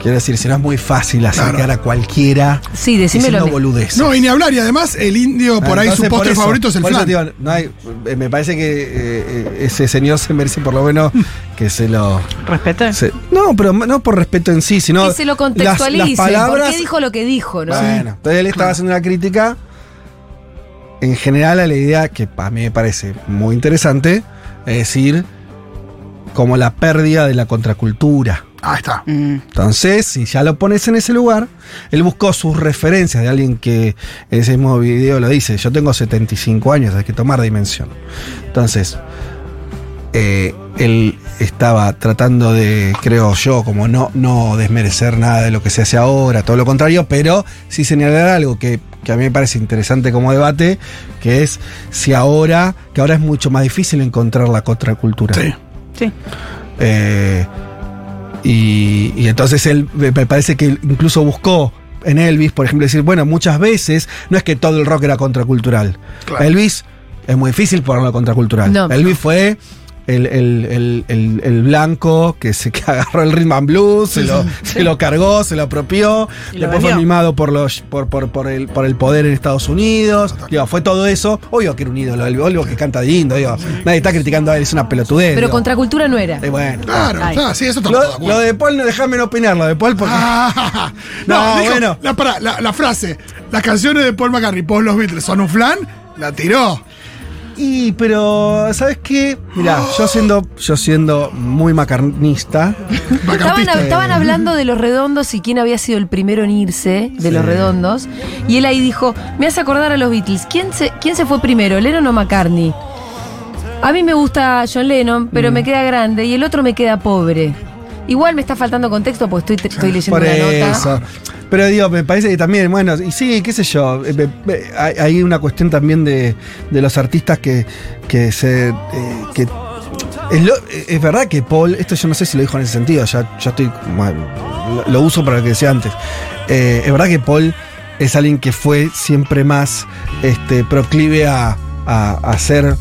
Speaker 7: quiero decir, si no es muy fácil acercar
Speaker 2: Claro.
Speaker 7: a cualquiera
Speaker 1: sí, decímelo.
Speaker 7: diciendo boludez.
Speaker 2: No, y ni hablar. Y además, el indio por ahí su
Speaker 7: Entonces,
Speaker 2: postre
Speaker 7: eso,
Speaker 2: favorito es el
Speaker 7: por eso
Speaker 2: flan.
Speaker 7: te digo, no hay- eh, me parece que eh, eh, ese señor se merece por lo menos que se lo.
Speaker 4: ¿Respeta?
Speaker 7: se- no, pero no por respeto en sí, sino.
Speaker 1: que se lo
Speaker 7: las-
Speaker 1: contextualice.
Speaker 7: Las, palabras.
Speaker 1: ¿Por qué dijo lo que dijo? no?
Speaker 7: Bueno, entonces él estaba haciendo una crítica en general a la idea que a mí me parece muy interesante, es decir, como la pérdida de la contracultura.
Speaker 2: Ah, está.
Speaker 4: Mm.
Speaker 7: Entonces, si ya lo pones en ese lugar, él buscó sus referencias de alguien que en ese mismo video lo dice. Yo tengo 75 años, hay que tomar dimensión. Entonces, eh, él estaba tratando de, creo yo, como no, no desmerecer nada de lo que se hace ahora, todo lo contrario, pero sí señalar algo que, que a mí me parece interesante como debate, que es si ahora, que ahora es mucho más difícil encontrar la contracultura.
Speaker 2: Sí.
Speaker 4: Sí.
Speaker 7: Eh, y, y entonces él me me parece que incluso buscó en Elvis, por ejemplo, decir, bueno, muchas veces no es que todo el rock era contracultural.
Speaker 2: Claro.
Speaker 7: Elvis es muy difícil ponerlo contracultural.
Speaker 1: No.
Speaker 7: Elvis fue el, el- el- el- el blanco que se que agarró el rhythm and blues, se lo, se lo cargó, se lo apropió,
Speaker 4: Y lo
Speaker 7: después fue
Speaker 4: vendió.
Speaker 7: mimado por los por, por, por el, por el poder en Estados Unidos, digo, fue todo eso, obvio que era un ídolo, el obvio que canta lindo, digo, nadie está criticando a él, es una pelotudez.
Speaker 1: Pero
Speaker 7: digo.
Speaker 1: contracultura no era.
Speaker 7: Eh, bueno.
Speaker 2: Claro,
Speaker 4: Ay.
Speaker 2: claro, sí, eso está todo de
Speaker 7: Lo,
Speaker 2: acuerdo.
Speaker 7: lo de Paul, no, déjame no opinar, lo de Paul, porque
Speaker 2: Ah, no,
Speaker 7: No,
Speaker 2: dijo,
Speaker 7: bueno.
Speaker 2: la, pará, la- la frase, las canciones de Paul McCartney por los Beatles son un flan, la tiró.
Speaker 7: Y pero, ¿sabes qué? Mirá, yo siendo, yo siendo muy macarnista,
Speaker 1: Estaban,
Speaker 2: Macartista.
Speaker 1: estaban hablando de los redondos y quién había sido el primero en irse de los
Speaker 7: Sí.
Speaker 1: redondos. Y él ahí dijo, me hace acordar a los Beatles. ¿Quién se, quién se fue primero, Lennon o McCartney? A mí me gusta John Lennon, pero
Speaker 2: Mm.
Speaker 1: me queda grande y el otro me queda pobre. Igual me está faltando contexto porque estoy,
Speaker 2: Ah,
Speaker 1: estoy leyendo
Speaker 7: por
Speaker 1: una nota.
Speaker 7: eso. Pero digo, me parece que también, bueno, y sí, qué sé yo, eh, me- me- hay, hay una cuestión también de, de los artistas que, que se... eh, que, es, lo- eh, es verdad que Paul, esto yo no sé si lo dijo en ese sentido, ya, ya estoy, bueno, lo, lo uso para lo que decía antes. Eh, es verdad que Paul es alguien que fue siempre más este, proclive a, a- a ser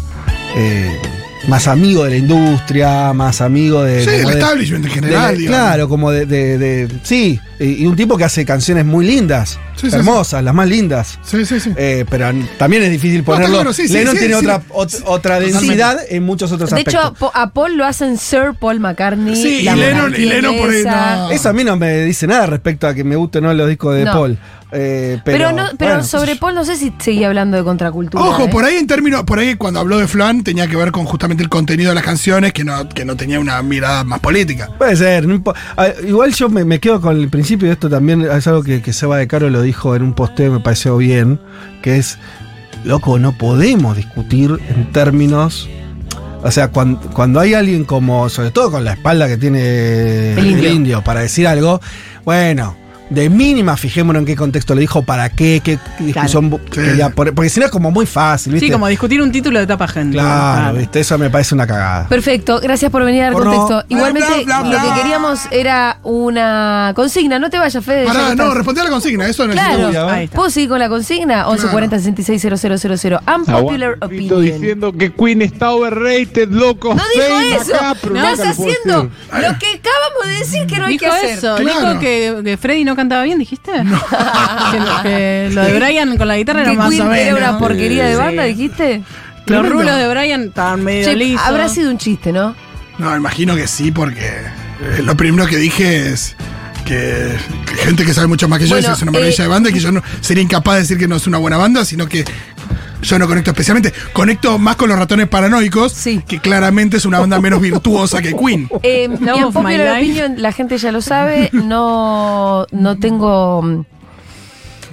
Speaker 7: eh, más amigo de la industria, más amigo de...
Speaker 2: Sí, el
Speaker 7: Eh, como de-
Speaker 2: establishment en general,
Speaker 7: de-
Speaker 2: digamos.
Speaker 7: claro, como de, de- de- sí, y, y un tipo que hace canciones muy lindas,
Speaker 2: Sí, sí,
Speaker 7: hermosas, las más lindas.
Speaker 2: Sí, sí, sí.
Speaker 7: Eh, pero n- también es difícil ponerlo.
Speaker 2: está claro, sí, sí,
Speaker 7: Lennon
Speaker 2: sí,
Speaker 7: tiene
Speaker 2: sí.
Speaker 7: otra ot- otra densidad en muchos otros
Speaker 1: De
Speaker 7: aspectos.
Speaker 1: hecho, po- a Paul lo hacen Sir Paul McCartney.
Speaker 2: Sí,
Speaker 1: la
Speaker 2: y Lennon-
Speaker 1: monarquía
Speaker 2: y Lennon por ahí,
Speaker 1: inglesa.
Speaker 2: no.
Speaker 7: eso a mí no me dice nada respecto a que me gusten o no los discos de
Speaker 1: No.
Speaker 7: Paul. Eh, pero
Speaker 1: Pero, no, pero
Speaker 7: bueno,
Speaker 1: sobre
Speaker 7: qué sé yo.
Speaker 1: Paul no sé si seguía hablando de contracultura.
Speaker 2: Ojo,
Speaker 1: ¿eh?
Speaker 2: por ahí en términos, por ahí cuando habló de flan tenía que ver con justamente el contenido de las canciones que no, que no tenía una mirada más política.
Speaker 7: Puede ser. no impo- Ah, igual yo me, me quedo con el principio de esto también. Es algo que, que Seba de Caro lo dijo en un posteo, me pareció bien. Que es, loco, no podemos discutir en términos. O sea, cuan- cuando, hay alguien como, sobre todo con la espalda que tiene
Speaker 1: El indio.
Speaker 7: para decir algo, bueno. De mínima, fijémonos en qué contexto lo dijo, para qué, qué discusión. bu- que ya- por- porque si no es como muy fácil, ¿viste?
Speaker 4: Sí, como discutir un título de tapa gente. Ah,
Speaker 7: Claro, ¿viste? Eso me parece una cagada.
Speaker 1: Perfecto, gracias por venir a dar
Speaker 7: Por no.
Speaker 1: contexto.
Speaker 7: Bla,
Speaker 1: Igualmente,
Speaker 2: bla, bla,
Speaker 1: lo
Speaker 2: bla.
Speaker 1: que queríamos era una consigna. No te vayas, Fede. ya
Speaker 2: Pará,
Speaker 1: que
Speaker 2: no,
Speaker 1: estás-
Speaker 2: respondí a la consigna, eso no
Speaker 1: Claro,
Speaker 7: Uy, a ver.
Speaker 4: Ahí está.
Speaker 1: ¿puedo seguir con la consigna? 1140 66 000. Unpopular
Speaker 5: Aguante, Pito,
Speaker 1: opinion.
Speaker 5: diciendo que Queen está overrated, loco.
Speaker 1: No dijo
Speaker 5: Fame
Speaker 1: eso.
Speaker 5: acá, pero nunca
Speaker 1: Estás
Speaker 5: lo puedo
Speaker 1: haciendo
Speaker 5: decir.
Speaker 1: lo que acabamos de decir que no hay
Speaker 4: dijo
Speaker 1: que hacer.
Speaker 4: eso,
Speaker 2: Claro.
Speaker 4: dijo que, que Freddy no cantaba bien, dijiste. que, lo, que lo de Brian con la guitarra
Speaker 1: Que
Speaker 4: era más
Speaker 1: Queen
Speaker 4: o menos.
Speaker 1: era una porquería de
Speaker 4: Sí.
Speaker 1: banda, dijiste.
Speaker 4: Los
Speaker 2: Tremendo.
Speaker 4: rulos de Brian estaban medio
Speaker 1: Che,
Speaker 4: lisos.
Speaker 1: habrá sido un chiste, ¿no?
Speaker 2: No, imagino que sí, porque eh, lo primero que dije es que que gente que sabe mucho más que yo
Speaker 1: Bueno,
Speaker 2: dice es una maravilla
Speaker 1: eh,
Speaker 2: de banda y que yo no sería incapaz de decir que no es una buena banda, sino que yo no conecto especialmente. Conecto más con los ratones paranoicos,
Speaker 1: Sí.
Speaker 2: que claramente es una banda menos virtuosa que Queen.
Speaker 1: Eh,
Speaker 4: Love
Speaker 1: mi
Speaker 4: of my
Speaker 1: unpopular
Speaker 4: life.
Speaker 1: opinion, la gente ya lo sabe, no, no tengo mm,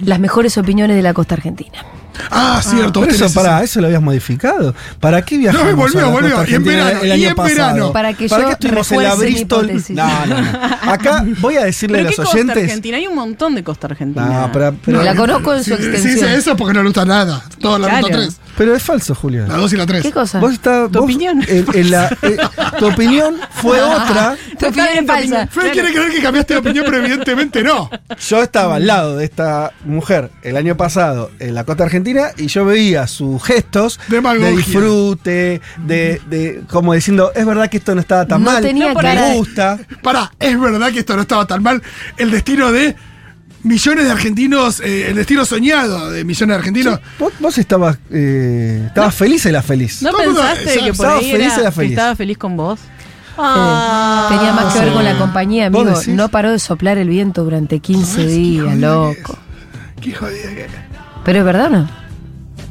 Speaker 1: las mejores opiniones de la costa argentina.
Speaker 2: Ah, cierto.
Speaker 7: Por
Speaker 2: usted
Speaker 7: eso,
Speaker 2: es
Speaker 7: para eso lo habías modificado. ¿Para qué viajamos?
Speaker 2: No, volvió,
Speaker 7: a la
Speaker 2: volvió.
Speaker 7: costa
Speaker 2: Y en
Speaker 7: argentina
Speaker 2: verano,
Speaker 7: el
Speaker 2: y
Speaker 7: año
Speaker 2: en
Speaker 7: pasado?
Speaker 2: verano.
Speaker 1: Para que yo
Speaker 7: estuvimos en la
Speaker 1: refuerce mi
Speaker 7: Bristol?
Speaker 1: hipótesis.
Speaker 7: No, no, no. Acá voy a decirle a
Speaker 4: ¿Pero qué
Speaker 7: los
Speaker 4: costa
Speaker 7: oyentes.
Speaker 4: Argentina? Hay un montón de costa argentina.
Speaker 7: No, pero, pero,
Speaker 1: la conozco en
Speaker 2: Si
Speaker 1: su
Speaker 2: si
Speaker 1: extensión.
Speaker 2: dice eso es porque no le gusta nada. Toda la
Speaker 4: Claro.
Speaker 2: ruta 3.
Speaker 7: pero es falso, Julio.
Speaker 2: La 2 y la 3.
Speaker 1: ¿Qué cosa?
Speaker 7: Vos está,
Speaker 4: Tu
Speaker 7: vos-
Speaker 4: opinión.
Speaker 7: en- en la- eh, tu opinión
Speaker 1: Ah,
Speaker 7: fue otra.
Speaker 1: Tu opinión
Speaker 4: Está bien,
Speaker 1: falsa.
Speaker 2: Fred quiere creer que cambiaste de opinión, pero evidentemente no.
Speaker 7: Yo estaba al lado de esta mujer el año pasado en la costa argentina y yo veía sus gestos
Speaker 2: Demagogia.
Speaker 7: de disfrute, de, de como diciendo, es verdad que esto no estaba tan
Speaker 1: No
Speaker 7: mal,
Speaker 1: tenía cara
Speaker 7: me
Speaker 1: de-
Speaker 7: gusta.
Speaker 2: Pará, es verdad que esto no estaba tan mal. El destino de millones de argentinos, eh, el destino soñado de millones de argentinos.
Speaker 7: Vos, vos estabas, eh, estabas feliz, era feliz.
Speaker 4: ¿No
Speaker 2: ¿Cómo no?
Speaker 4: pensaste que por
Speaker 7: Estaba
Speaker 4: ahí
Speaker 7: feliz,
Speaker 4: era-
Speaker 7: era
Speaker 4: que
Speaker 7: feliz.
Speaker 4: estaba feliz con vos?
Speaker 1: Tenía más que ver con la compañía,
Speaker 7: ¿Vos
Speaker 1: amigo.
Speaker 7: decís?
Speaker 1: No paró de soplar el viento durante 15
Speaker 2: ¿Sabés qué
Speaker 1: días,
Speaker 2: jodido que
Speaker 1: loco.
Speaker 2: es? Qué jodida que es.
Speaker 1: Pero es verdad, o ¿no?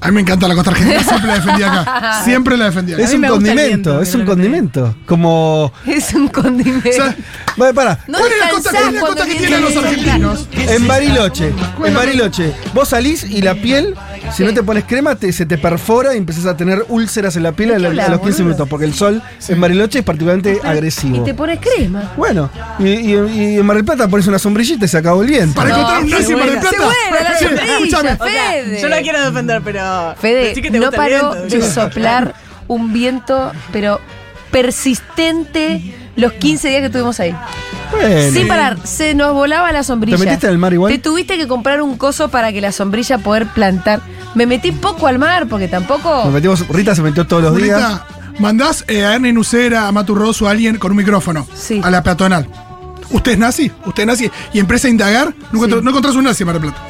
Speaker 2: A mí me encanta la costa argentina, siempre la defendí acá. Siempre la defendí acá.
Speaker 7: Es
Speaker 4: mí
Speaker 7: un
Speaker 4: me gusta el
Speaker 7: condimento,
Speaker 4: viento,
Speaker 7: es un
Speaker 4: pero-
Speaker 7: condimento. Como.
Speaker 1: Es un condimento.
Speaker 2: O sea,
Speaker 7: Vale, para.
Speaker 1: No
Speaker 2: ¿Cuál es la costa,
Speaker 1: descansás
Speaker 2: cuál es la
Speaker 1: cuando
Speaker 2: costa que
Speaker 1: viene
Speaker 2: tienen los
Speaker 1: el
Speaker 2: argentinos?
Speaker 7: En Bariloche, en Bariloche. Vos salís y la piel, si no te pones crema, te- se te perfora y empezás a tener úlceras en la piel a,
Speaker 1: ¿De qué
Speaker 7: lo- a los
Speaker 1: hablás,
Speaker 7: 15
Speaker 1: boludo?
Speaker 7: minutos, porque el sol en Bariloche es particularmente
Speaker 1: Y
Speaker 7: agresivo.
Speaker 1: te pones crema.
Speaker 7: Bueno, y, y- y en Mar del Plata pones una sombrillita y se acabó el viento.
Speaker 2: Para encontrar un
Speaker 4: se
Speaker 2: nazi en Mar del
Speaker 4: vuela,
Speaker 1: Se
Speaker 2: Plata.
Speaker 1: vuela la
Speaker 2: Sí,
Speaker 1: sombrilla,
Speaker 2: escúchame.
Speaker 1: Fede.
Speaker 4: Yo la quiero defender, pero.
Speaker 1: Fede,
Speaker 4: decí que te
Speaker 1: no
Speaker 4: gusta el
Speaker 1: paró
Speaker 4: viento,
Speaker 1: de
Speaker 4: digo.
Speaker 1: soplar un viento, pero persistente los 15 días que estuvimos ahí.
Speaker 2: Em,
Speaker 7: Bueno.
Speaker 1: Sin parar, se nos volaba la sombrilla.
Speaker 7: ¿Te metiste en el mar igual?
Speaker 1: Te tuviste que comprar un coso para que la sombrilla poder plantar. Me metí poco al mar porque tampoco.
Speaker 7: Nos metimos, Rita se metió todos los días.
Speaker 2: Julita, Mandás eh, a Ernie Nucera, a Maturroso, a alguien con un micrófono.
Speaker 1: Sí.
Speaker 2: A la peatonal. ¿Usted es nazi? ¿Usted es nazi? Y empresa a indagar. Nunca
Speaker 1: Sí.
Speaker 2: encontrás- no encontrás un nazi en Mar del Plata.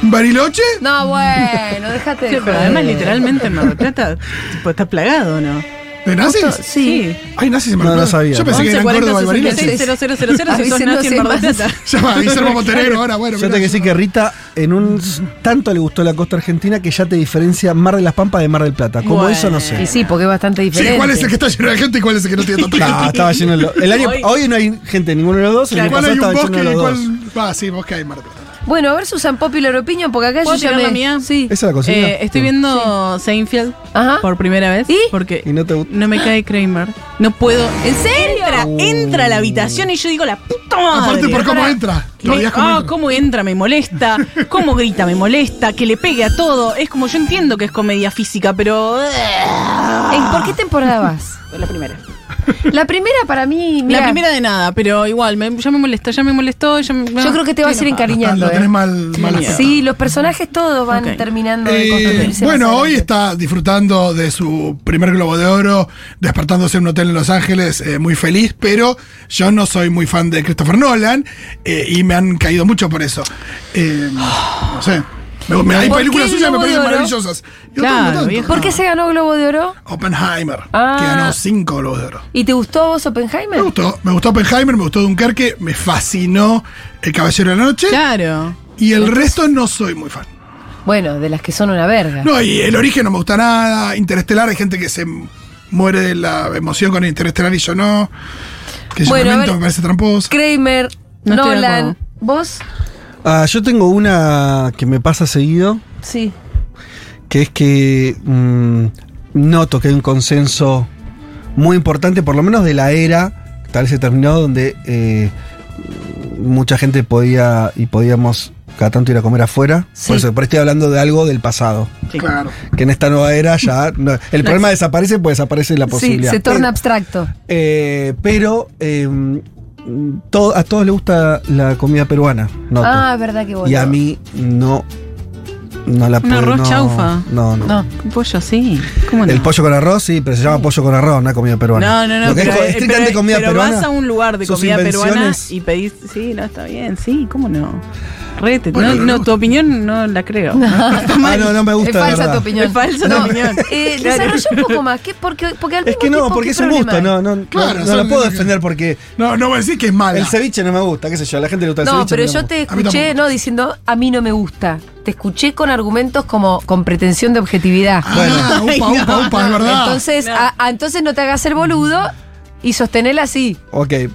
Speaker 2: ¿Bariloche?
Speaker 1: No, bueno, déjate de
Speaker 4: Sí,
Speaker 1: joder.
Speaker 4: pero además literalmente en Mar del Plata tipo, está plagado, ¿no?
Speaker 2: ¿De nazis?
Speaker 1: Sí.
Speaker 2: ¿Hay nazis en Mar del
Speaker 7: No lo
Speaker 2: Plata?
Speaker 7: sabía.
Speaker 2: Yo pensé que eran Córdoba y Bariloche.
Speaker 4: 1140 000 si sos
Speaker 1: Avisen,
Speaker 4: nazi en
Speaker 1: Ah, no ah,
Speaker 4: Mar del
Speaker 1: sepas.
Speaker 4: Plata.
Speaker 2: Llama a Guillermo Montenegro ahora, bueno.
Speaker 7: Yo tengo
Speaker 2: mirá.
Speaker 7: que decir que Rita en un tanto le gustó la costa argentina que ya te diferencia Mar de las Pampas de Mar del Plata. Como
Speaker 4: Bueno.
Speaker 7: eso no sé.
Speaker 1: Y sí, porque es bastante diferente.
Speaker 2: Sí, ¿cuál es el que está lleno de gente y cuál es el que no tiene tanta
Speaker 7: No,
Speaker 2: gente?
Speaker 7: estaba lleno de lo- el año, hoy,
Speaker 4: Hoy-
Speaker 7: no hay gente, ninguno de los dos. El año
Speaker 2: ¿Cuál
Speaker 7: pasado
Speaker 2: hay un
Speaker 7: estaba
Speaker 2: bosque
Speaker 7: lleno de
Speaker 2: y
Speaker 7: los dos.
Speaker 2: cuál...? Ah, sí, bosque hay en Mar del Plata.
Speaker 1: Bueno, a ver Susan Popular Opinion, porque acá yo
Speaker 4: ¿Puedo tirar
Speaker 1: llamé.
Speaker 4: la mía?
Speaker 1: Sí.
Speaker 7: ¿Esa es la cocina?
Speaker 4: Eh, estoy viendo Seinfeld
Speaker 1: Ajá.
Speaker 4: por primera vez.
Speaker 1: ¿Y?
Speaker 4: Porque
Speaker 7: Y no te gusta.
Speaker 4: no me cae Kramer. No puedo.
Speaker 1: ¿En serio?
Speaker 4: Entra, entra a la habitación y yo digo la puta madre.
Speaker 2: Aparte por cómo entra. Lo
Speaker 4: Me-
Speaker 2: odias cómo
Speaker 4: ah,
Speaker 2: entra.
Speaker 4: cómo entra, me molesta. Cómo grita, me molesta. Que le pegue a todo. Es como yo entiendo que es comedia física, pero. ah.
Speaker 1: Ey, ¿Por qué temporada vas?
Speaker 4: La primera.
Speaker 1: La primera para mí. mira,
Speaker 4: La primera de nada, pero igual, me- ya me molestó, ya me molestó. Ya me-
Speaker 1: Yo creo que te vas a ir
Speaker 4: Estoy enojada.
Speaker 1: encariñando.
Speaker 2: Lo
Speaker 1: eh.
Speaker 2: tenés mal... mal
Speaker 4: miedo.
Speaker 2: aspecto.
Speaker 1: Sí, los personajes todos van
Speaker 4: Ok.
Speaker 1: terminando de
Speaker 2: Eh,
Speaker 1: construirse.
Speaker 2: bueno,
Speaker 1: más
Speaker 2: hoy
Speaker 1: adelante.
Speaker 2: está disfrutando de su primer globo de oro, despertándose en un hotel en Los Ángeles, eh, muy feliz, pero yo no soy muy fan de Christopher Nolan eh, y me han caído mucho por eso. Eh, no sé. Me- me- hay
Speaker 1: ¿Por
Speaker 2: películas
Speaker 1: qué el
Speaker 2: suyas
Speaker 1: Globo
Speaker 2: que me
Speaker 1: de
Speaker 2: parecen
Speaker 1: Oro?
Speaker 2: maravillosas. Y otras
Speaker 4: Claro,
Speaker 2: no tanto.
Speaker 4: viejo.
Speaker 1: ¿Por qué se ganó Globo de Oro?
Speaker 2: Oppenheimer,
Speaker 1: Ah.
Speaker 2: que ganó cinco globos de oro.
Speaker 1: ¿Y te gustó vos, Oppenheimer?
Speaker 2: Me gustó, me gustó Oppenheimer, me gustó Dunkerque, me fascinó El Caballero de la Noche
Speaker 4: Claro.
Speaker 2: y el resto no soy muy fan.
Speaker 1: Bueno, de las que son una verga.
Speaker 2: No, y el origen no me gusta nada. Interestelar, hay gente que se m- muere de la emoción con Interestelar y yo no. Que yo
Speaker 1: Bueno, a
Speaker 2: lamento,
Speaker 1: ver.
Speaker 2: me parece tramposo.
Speaker 1: Kramer,
Speaker 4: No estoy de
Speaker 1: Nolan,
Speaker 4: acuerdo.
Speaker 1: ¿vos?
Speaker 7: Ah, yo tengo una que me pasa seguido,
Speaker 1: Sí.
Speaker 7: que es que mm, noto que hay un consenso muy importante, por lo menos de la era, tal vez se terminó, donde eh, mucha gente podía y podíamos cada tanto ir a comer afuera.
Speaker 1: Sí.
Speaker 7: Por eso, por estoy hablando de algo del pasado.
Speaker 4: Sí.
Speaker 2: Claro.
Speaker 7: Que en esta nueva era ya. no- el problema desaparece, pues desaparece la
Speaker 1: Sí,
Speaker 7: posibilidad.
Speaker 1: se torna
Speaker 7: Eh,
Speaker 1: abstracto.
Speaker 7: Eh, pero eh, mm, to- a todos les gusta la comida peruana. noto.
Speaker 1: Ah, es verdad que vos.
Speaker 7: y a mí no, no la
Speaker 4: Un arroz
Speaker 7: Ah, no,
Speaker 4: chaufa.
Speaker 7: No, no.
Speaker 1: No.
Speaker 4: Un pollo, sí. ¿Cómo no?
Speaker 7: El pollo con arroz, sí, pero se llama pollo con arroz, no comida
Speaker 4: No,
Speaker 7: peruana.
Speaker 4: no, no.
Speaker 7: Lo que
Speaker 4: Pero,
Speaker 7: es co-
Speaker 4: eh,
Speaker 7: estrictamente
Speaker 4: pero-
Speaker 7: comida
Speaker 4: pero
Speaker 7: peruana.
Speaker 4: vas a un lugar de
Speaker 7: sus
Speaker 4: comida peruana
Speaker 7: invenciones.
Speaker 4: y pedís. Sí, no, está bien. Sí, ¿cómo no? Rete.
Speaker 2: Bueno,
Speaker 4: no,
Speaker 2: no,
Speaker 4: no,
Speaker 2: no.
Speaker 4: tu opinión no la creo. Está
Speaker 7: Ah,
Speaker 4: mal.
Speaker 7: no, no me gusta.
Speaker 1: Es
Speaker 7: de
Speaker 1: falsa
Speaker 7: verdad.
Speaker 1: tu opinión.
Speaker 4: Es falsa tu opinión.
Speaker 1: Eh,
Speaker 4: Claro.
Speaker 1: Desarrolla un poco más. ¿Qué? Porque, porque al
Speaker 7: Es que
Speaker 1: mismo
Speaker 7: no,
Speaker 1: tiempo,
Speaker 7: porque
Speaker 1: ¿qué
Speaker 7: es un
Speaker 1: problema
Speaker 7: gusto,
Speaker 1: hay?
Speaker 7: no, no,
Speaker 2: Claro,
Speaker 7: no, no
Speaker 2: son-
Speaker 7: la puedo defender porque
Speaker 2: No, no voy a decir que es mala.
Speaker 7: el ceviche no me gusta, qué sé yo, a la gente le gusta el
Speaker 1: No,
Speaker 7: ceviche.
Speaker 1: pero
Speaker 7: a mí
Speaker 1: yo
Speaker 7: me
Speaker 1: te
Speaker 2: A mí
Speaker 1: escuché
Speaker 2: tampoco.
Speaker 1: no diciendo a mí no me gusta. Te escuché con argumentos como con pretensión de objetividad.
Speaker 2: Ah,
Speaker 4: Bueno.
Speaker 2: upa, upa, upa, es verdad.
Speaker 1: Entonces, a- a- entonces no te hagas el boludo y sostenela así.
Speaker 7: Ok, ju-